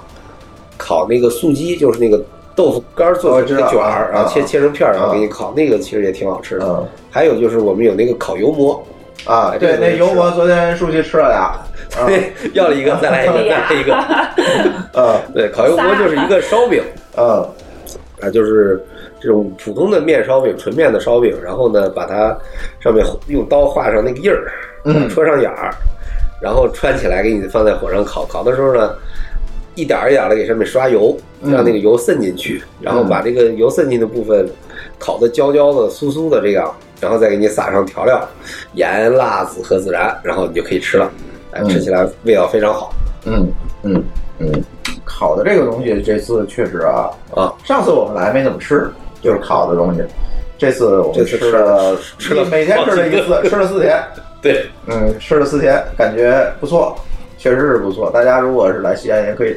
烤那个素鸡，就是那个豆腐干儿做成哦我知那道卷儿，然后切啊切成片儿，然后啊给你烤，那个其实也挺好吃嗯的。还有就是我们有那个烤油馍，啊，这对，个那是油馍昨天书记吃了俩，对， 要了一个再来一个再来一个，啊，对，烤油馍就是一个烧饼，嗯，啊，就是这种普通的面烧饼，纯面的烧饼，然后呢，把它上面用刀画上那个印儿，嗯戳上眼儿，然后穿起来给你放在火上烤，烤的时候呢，一点儿一点儿的给上面刷油，嗯让那个油渗进去，然后把这个油渗进的部分烤的焦焦的、酥酥的这样，然后再给你撒上调料，盐、辣子和孜然，然后你就可以吃了，哎，嗯吃起来味道非常好。嗯嗯嗯，烤的这个东西这次确实啊啊，上次我们来没怎么吃，就是烤的东西，这次我这们次吃了吃了每天吃了一次，好几个吃了四天，对，嗯，吃了四天，感觉不错，确实是不错。大家如果是来西安，也可以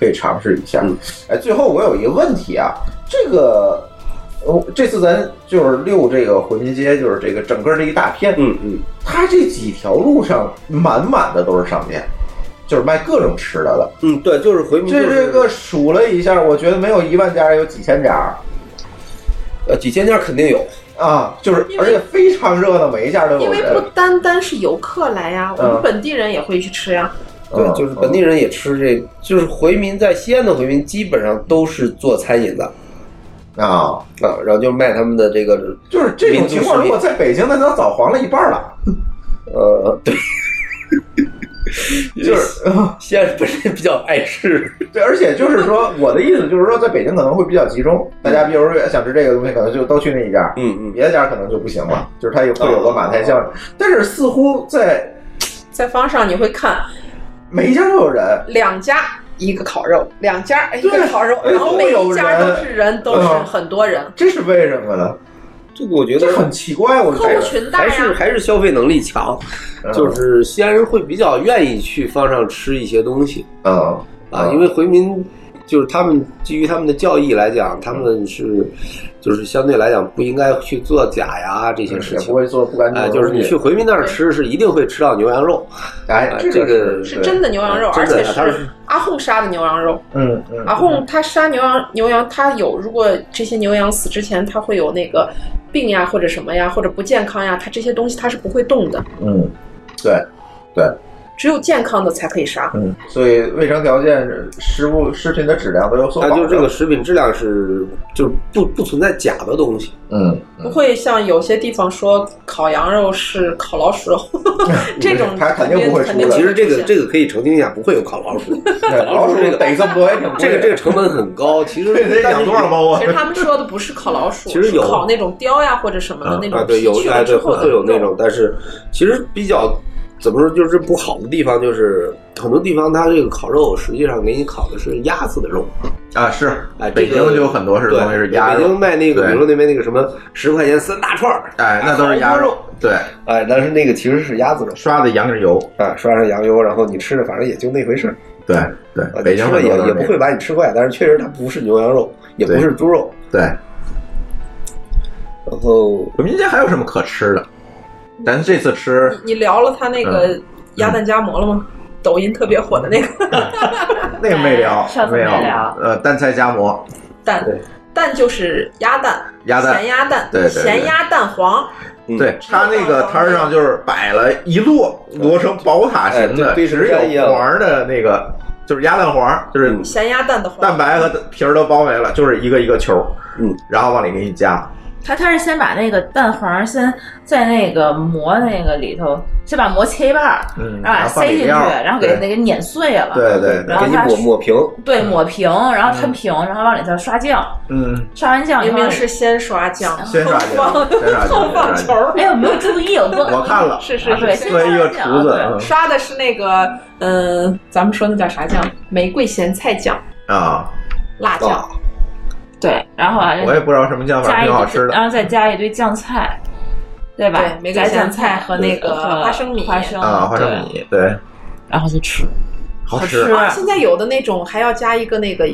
可以尝试一下。哎，最后我有一个问题啊，这个。哦，这次咱就是溜这个回民街，就是这个整个这一大片，嗯嗯，它这几条路上满满的都是商店，就是卖各种吃的的。嗯，对，就是回民、就这是这个数了一下，我觉得没有一万家，有几千家呃几千家肯定有。啊，就是而且非常热闹，每一家都因有为不人。单单是游客来呀，我嗯们本地人也会去吃呀。对嗯，就是本地人也吃这，就是回民在西安的回民基本上都是做餐饮的啊，啊，然后就卖他们的这个就是这种情况，如民果族食在北京，那都早黄了一半了。品呃，对，就是 西安本身比较爱吃，对，而且就是说，我的意思就是说，在北京可能会比较集中，大家比如说想吃这个东西，可能就都去那一家，嗯嗯，别的家可能就不行了，就是它也会有个满太效哦应。但是似乎在在方上你会看每一家都有人，两家一个烤肉，两家一个对烤肉，哎然后每都有一家人都是人，都是嗯很多人，这是为什么呢？这个我觉得这很奇怪，我觉客户得。群大还是呀。还是消费能力强，嗯就是西安人会比较愿意去方上吃一些东西嗯啊，因为回民。就是他们基于他们的教义来讲，他嗯们是，就是相对来讲不应该去做假呀这些事嗯也情不，会做不干净哎，的就是你东西去回民那儿吃是一定会吃到牛羊肉，哎啊，这这个个是真的牛羊肉，真而的且它是是阿訇杀的牛羊肉。嗯啊嗯阿訇他杀牛羊，牛羊他有，如果这些牛羊死之前，他会有那个病呀，或者什么呀，或者不健康呀，他这些东西他是不会动的，嗯，对对，只有健康的才可以杀。嗯，所以卫生条件、食物、食品的质量都有所它保就证。是这个，食品质量是就是不不存在假的东西，嗯，不会像有些地方说烤羊肉是烤老鼠肉， 这种他肯定不会出肯定来其实这个个这个可以澄清一下，不会有烤老 鼠，对老鼠逮这么多也挺贵的 这个这个成本很高，其实这得养多少猫啊 其？实他们说的不是烤老鼠，其实有是烤那种雕呀或者什么的啊那啊，种对，有皮去哎了对之会后会有那肉种，但是其实比较怎么说，就是不好的地方就是很多地方它这个烤肉实际上给你烤的是鸭子的肉，啊，是，哎，北京这个就有很多是对东西是鸭北肉京，卖那个，对比如说那边那个什么十块钱三大串儿，哎，那都是鸭肉，对，哎，但是那个其实是鸭子肉，刷的羊脂油，啊，刷上羊油，然后你吃的反正也就那回事儿，对对啊，北京你吃很了多都是也也这不样会把你吃坏，但是确实它不是牛羊肉，也不对是猪肉，对。然后我们民间还有什么可吃的？咱这次吃你聊了他那个嗯鸭蛋夹馍了吗？抖音特别火的那个那个没聊上，次有没聊，呃，蛋菜夹馍，蛋，蛋就是鸭蛋，鸭蛋咸鸭蛋，对对对咸鸭蛋黄，嗯对他那个摊儿上就是摆了一摞摞成宝塔形哎的，就背只时山一样有黄儿的那个，就是鸭蛋黄儿，就是咸鸭蛋的黄，蛋白和皮儿都包围了，就是一个一个球，嗯，然后往里给你加，他他是先把那个蛋黄先在那个馍那个里头，先把馍切一半儿，嗯然后把它塞进去，然后放里料然后给它对给碾碎了，对对，然后给你它抹抹平，对抹平，然后摊平，然后往里头刷酱，嗯，刷完酱以明后明是先刷酱，先刷酱后先刷酱放后放先球刷儿。哎呀，没有注意，我做我看了是是对是，作为一个厨子嗯刷的是那个，嗯，咱们说那叫啥酱？玫瑰咸菜酱、啊，辣酱。对，然后啊我也不知道什么酱，反加正一挺好堆，吃的啊然后再加一堆酱菜，对吧？对玫瑰加香酱菜和那个对花生米花生啊，花嗯对生米，对，然后就吃，好吃啊，现在有的那种还要加一个那个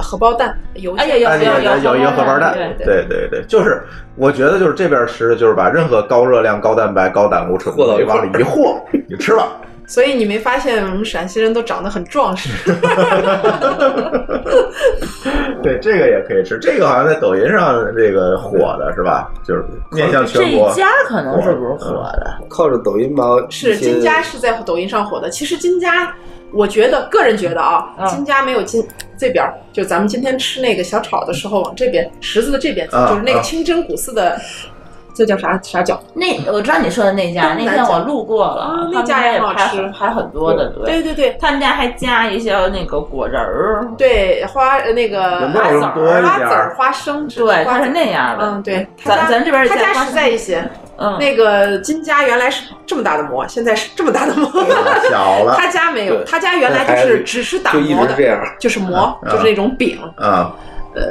荷包蛋，油哎有哎有有有一个荷包蛋，对对对，就是我觉得就是这边吃的，就是把任何高热量、高蛋白、高胆固醇的东西往里一和，你吃吧。所以你没发现我们陕西人都长得很壮实？对，这个也可以吃，这个好像在抖音上这个火的是吧？就是面向全国，可能是不是火的？靠着抖音吧，是金家是在抖音上火的。其实金家，我觉得个人觉得啊，嗯金家没有金这边儿，就咱们今天吃那个小炒的时候，往这边十字的这边，啊就是那个啊清真古寺的，这叫啥啥饺？那我知道你说的那家，那东南天角我路过了，那家也也很好吃还很多的，对对对，他们家还加一些那个果仁儿，对花呃那个有没瓜有子更多一儿、点瓜儿子儿、花生之类的，对，它它是那样的。嗯，对，他咱家咱这边儿他加家花实在一些。嗯那个金家原来是这么大的馍，现在是这么大的馍，小了 他家没有，对他家原来就那孩是子只是打就一直馍的，这样就是馍，嗯就是那种饼，啊，呃，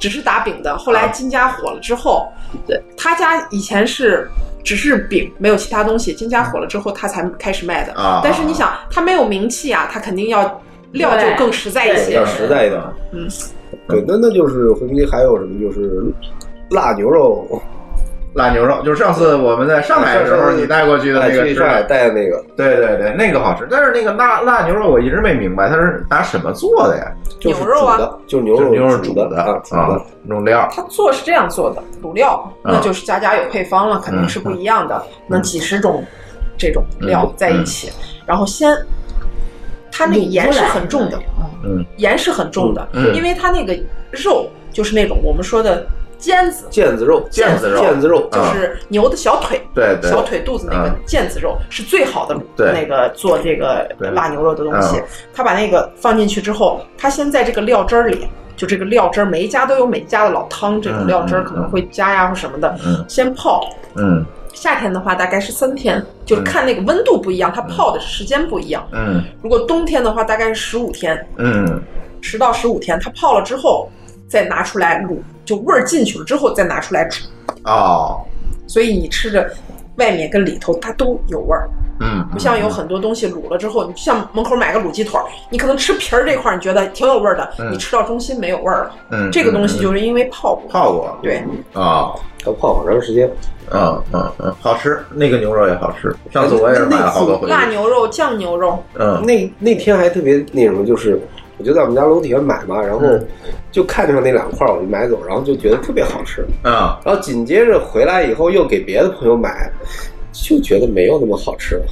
只是打饼的。啊后来金家火了之后，对他家以前是只是饼，没有其他东西。金家火了之后，他才开始卖的。啊但是你想，他没有名气啊，他肯定要料就更实在一些，要实在一点。嗯，对，那那就是回民街还有什么就是辣牛肉，辣牛肉，就是上次我们在上海的时候你带过去的那个哎去吃上海的，带的那个，对对对，那个好吃。但是那个辣辣牛肉我一直没明白它是拿什么做的呀？牛肉啊，就是牛肉牛肉煮的啊，弄料他做是这样做的，卤料啊嗯那就是家家有配方了，肯定是不一样嗯的，那几十种这种料在一起，然后先，它那个盐是很重的，嗯，盐是很重的，嗯嗯因为它那个肉就是那种我们说的腱子，腱子肉，腱子肉腱子肉就是牛的小腿，对对小腿肚子那个嗯腱子肉是最好的对那个做这个对辣牛肉的东西嗯。他把那个放进去之后，他先在这个料汁儿里，就这个料汁儿，每一家都有每一家的老汤，这种料汁儿可能会加呀或什么的嗯，先泡。嗯夏天的话大概是三天，就是嗯看那个温度不一样，它泡的时间不一样。嗯如果冬天的话，大概是十五天，嗯十到十五天，它泡了之后再拿出来卤，就味儿进去了之后再拿出来煮。哦所以你吃着外面跟里头它都有味儿，嗯，不像有很多东西卤了之后，你就像门口买个卤鸡腿儿，你可能吃皮儿这块儿你觉得挺有味儿的，嗯你吃到中心没有味儿了。嗯这个东西就是因为泡过，泡过，对，啊，要泡好长时间。嗯嗯嗯，好吃，那个牛肉也好吃。上次我也是买了好多回去。辣牛肉、酱牛肉，嗯那那天还特别那什么，就是我就在我们家楼底下买嘛，然后嗯就看上那两块儿，我就买走，然后就觉得特别好吃。嗯，然后紧接着回来以后又给别的朋友买，就觉得没有那么好吃了。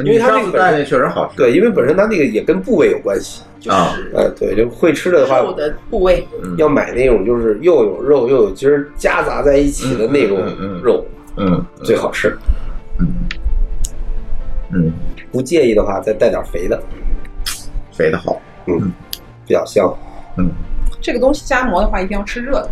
因为它那你上次个带那确实好吃，对，因为本身它那个也跟部位有关系，啊，呃，对，就会吃的话，肉的部位要买那种就是又有肉又有筋儿夹杂在一起的那种肉，嗯，最好吃。嗯，不介意的话，再带点肥的，肥的好，嗯，比较香。这个东西夹馍的话一定要吃热的，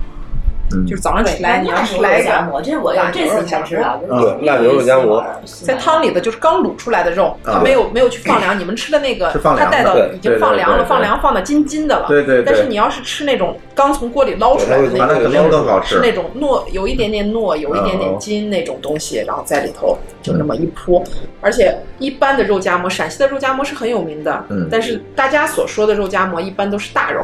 嗯就是早上起来你要是对来一辣个牛肉夹馍这我辣这牛肉次才夹知道馍就是对辣牛肉夹馍，在汤里的就是刚卤出来的肉，啊它没有没有去放凉。你们吃的那个是放，它凉的带到对已经放凉对对了，对放凉放的筋筋的了。对对对但是你要是吃那种刚从锅里捞出来的那那肯种，定更好吃嗯是那种糯，有一点点糯，有一点点筋那种东西，然后在里头就那么一铺。嗯而且一般的肉夹馍，陕西的肉夹馍是很有名的嗯，但是大家所说的肉夹馍一般都是大肉，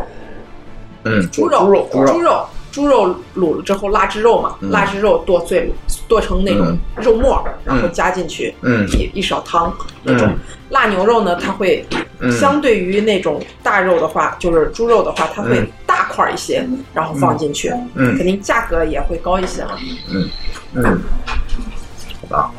嗯，猪肉，猪肉，猪肉，肉，猪肉卤了之后腊汁肉嘛，嗯腊汁肉剁碎剁成那种肉末儿，然后加进去，嗯一一勺汤。嗯腊牛肉呢，它会嗯相对于那种大肉的话，就是猪肉的话，它会嗯大块儿一些，然后放进去，嗯肯定价格也会高一些嘛。嗯嗯，好吧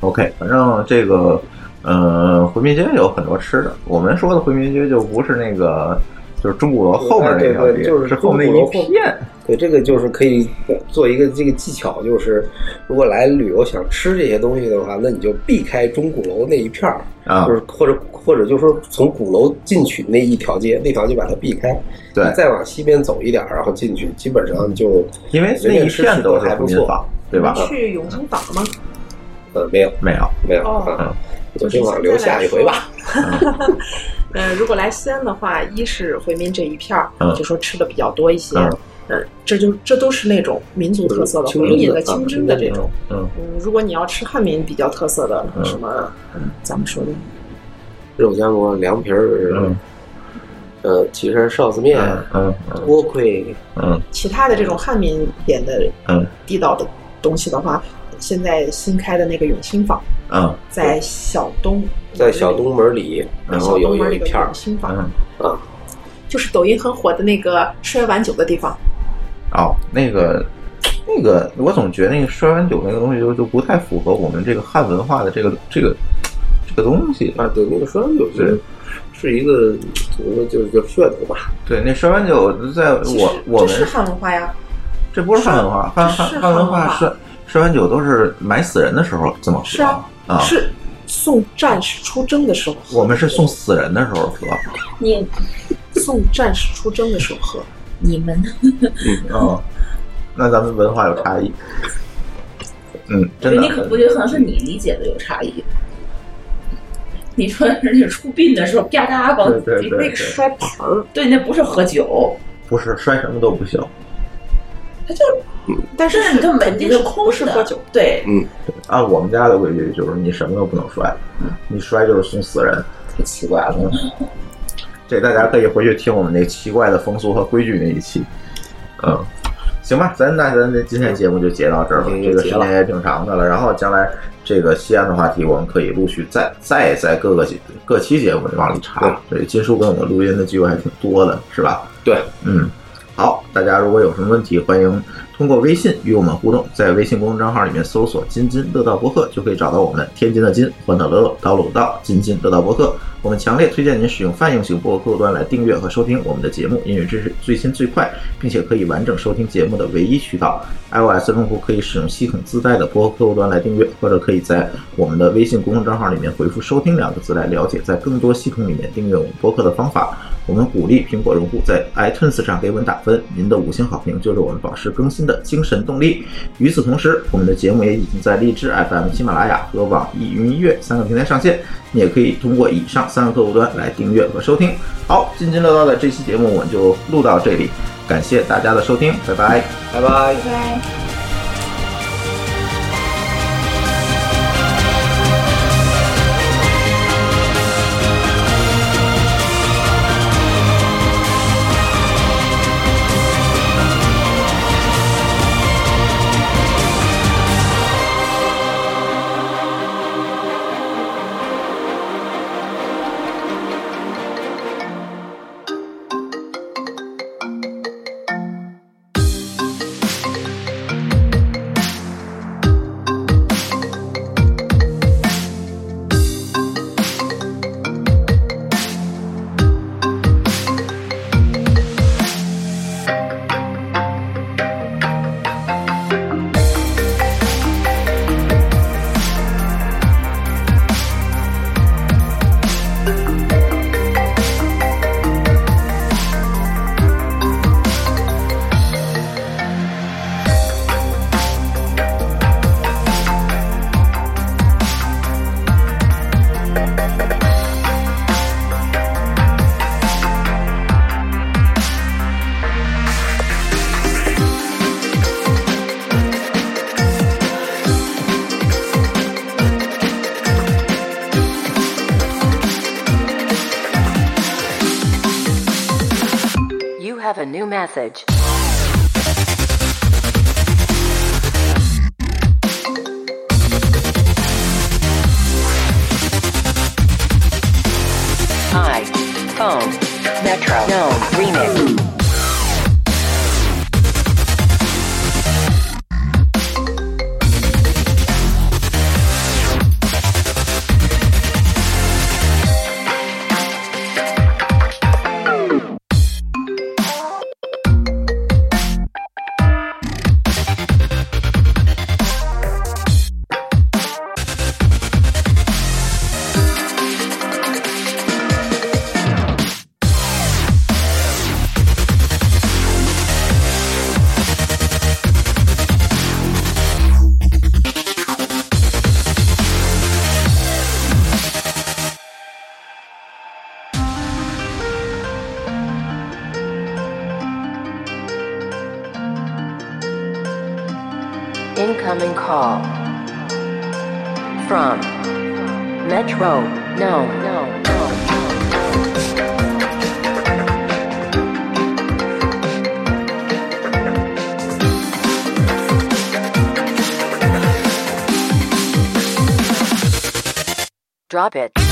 ，OK，反正这个呃，回民街有很多吃的，我们说的回民街就不是那个。就是中鼓楼后面那条对街，对，就是是后面那一片。片。对，这个就是可以做一个这个技巧，就是如果来旅游想吃这些东西的话，那你就避开钟鼓楼那一片儿啊就是或者或者就是说从鼓楼进去那一条街，那条街把它避开，对你再往西边走一点儿，然后进去，基本上就因为那随一便吃片都吃是还回不民错坊，，对吧？去永兴坊吗？呃，没有，没有，没有，哦啊，永兴坊留下一回吧。呃，如果来西安的话，一是回民这一片儿，嗯就说吃的比较多一些。嗯呃，这就这都是那种民族特色的清回真民的的、啊清真的这种。嗯，嗯，如果你要吃汉民比较特色的嗯什么，咱们说的肉夹馍、凉皮儿，呃，岐山臊子面，嗯，锅盔，嗯其他的这种汉民一点的嗯地道的东西的话，现在新开的那个永兴坊嗯，在小东，在小东门里，然后有小东门有里一的片儿永兴坊嗯啊，就是抖音很火的那个摔碗酒的地方。哦，那个那个，我总觉得那个摔碗酒那个东西就就不太符合我们这个汉文化的这个这个这个东西啊。对，那个摔碗酒是是一个怎么说，就是叫噱头吧。对，那摔碗酒在嗯其实我我这是们汉文化呀，这不是汉文化，汉这汉是汉文汉文化化摔摔碗酒都是埋死人的时候这么是喝啊，啊。是送战士出征的时候，我们是送死人的时候喝，你送战士出征的时候喝，你们嗯，那咱们文化有差异。嗯，我真觉的得你可我觉得可能是你理解的有差异。你说人家出殡的时候啪嗒往对对对那对个摔盆儿，对，那不是喝酒，不是摔什么都不行。它就但是你根本就是空是喝酒，对，嗯，按我们家的规矩就是你什么都不能摔，你摔就是送死人，嗯太奇怪了。这大家可以回去听我们那奇怪的风俗和规矩那一期。嗯，行吧，咱那咱这今天节目就截到这儿了，这个时间也挺长的了。然后将来这个西安的话题，我们可以陆续再再在各个节各期节目里往里查。对，金叔跟我录音的机会还挺多的，是吧？对，嗯，好，大家如果有什么问题，欢迎通过微信与我们互动，在微信公众账号里面搜索“津津乐道播客”就可以找到我们。天津的津，欢乐乐乐，道路的道，津津乐道播客。我们强烈推荐您使用泛用型播客端来订阅和收听我们的节目，因为这是最新最快，并且可以完整收听节目的唯一渠道。iOS 用户可以使用系统自带的播客客户端来订阅，或者可以在我们的微信公众账号里面回复“收听”两个字来了解在更多系统里面订阅我们播客的方法。我们鼓励苹果用户在 iTunes 上给我们打分，您的五星好评就是我们保持更新的精神动力。与此同时，我们的节目也已经在荔枝 FM、喜马拉雅和网易云音乐三个平台上线，你也可以通过以上三个客户端来订阅和收听。好，津津乐道的这期节目我们就录到这里，感谢大家的收听，拜拜，拜拜。拜。 have a new message. ，iPhone Metronome Remix。 Incoming call from Metro. No, no, no. Drop it.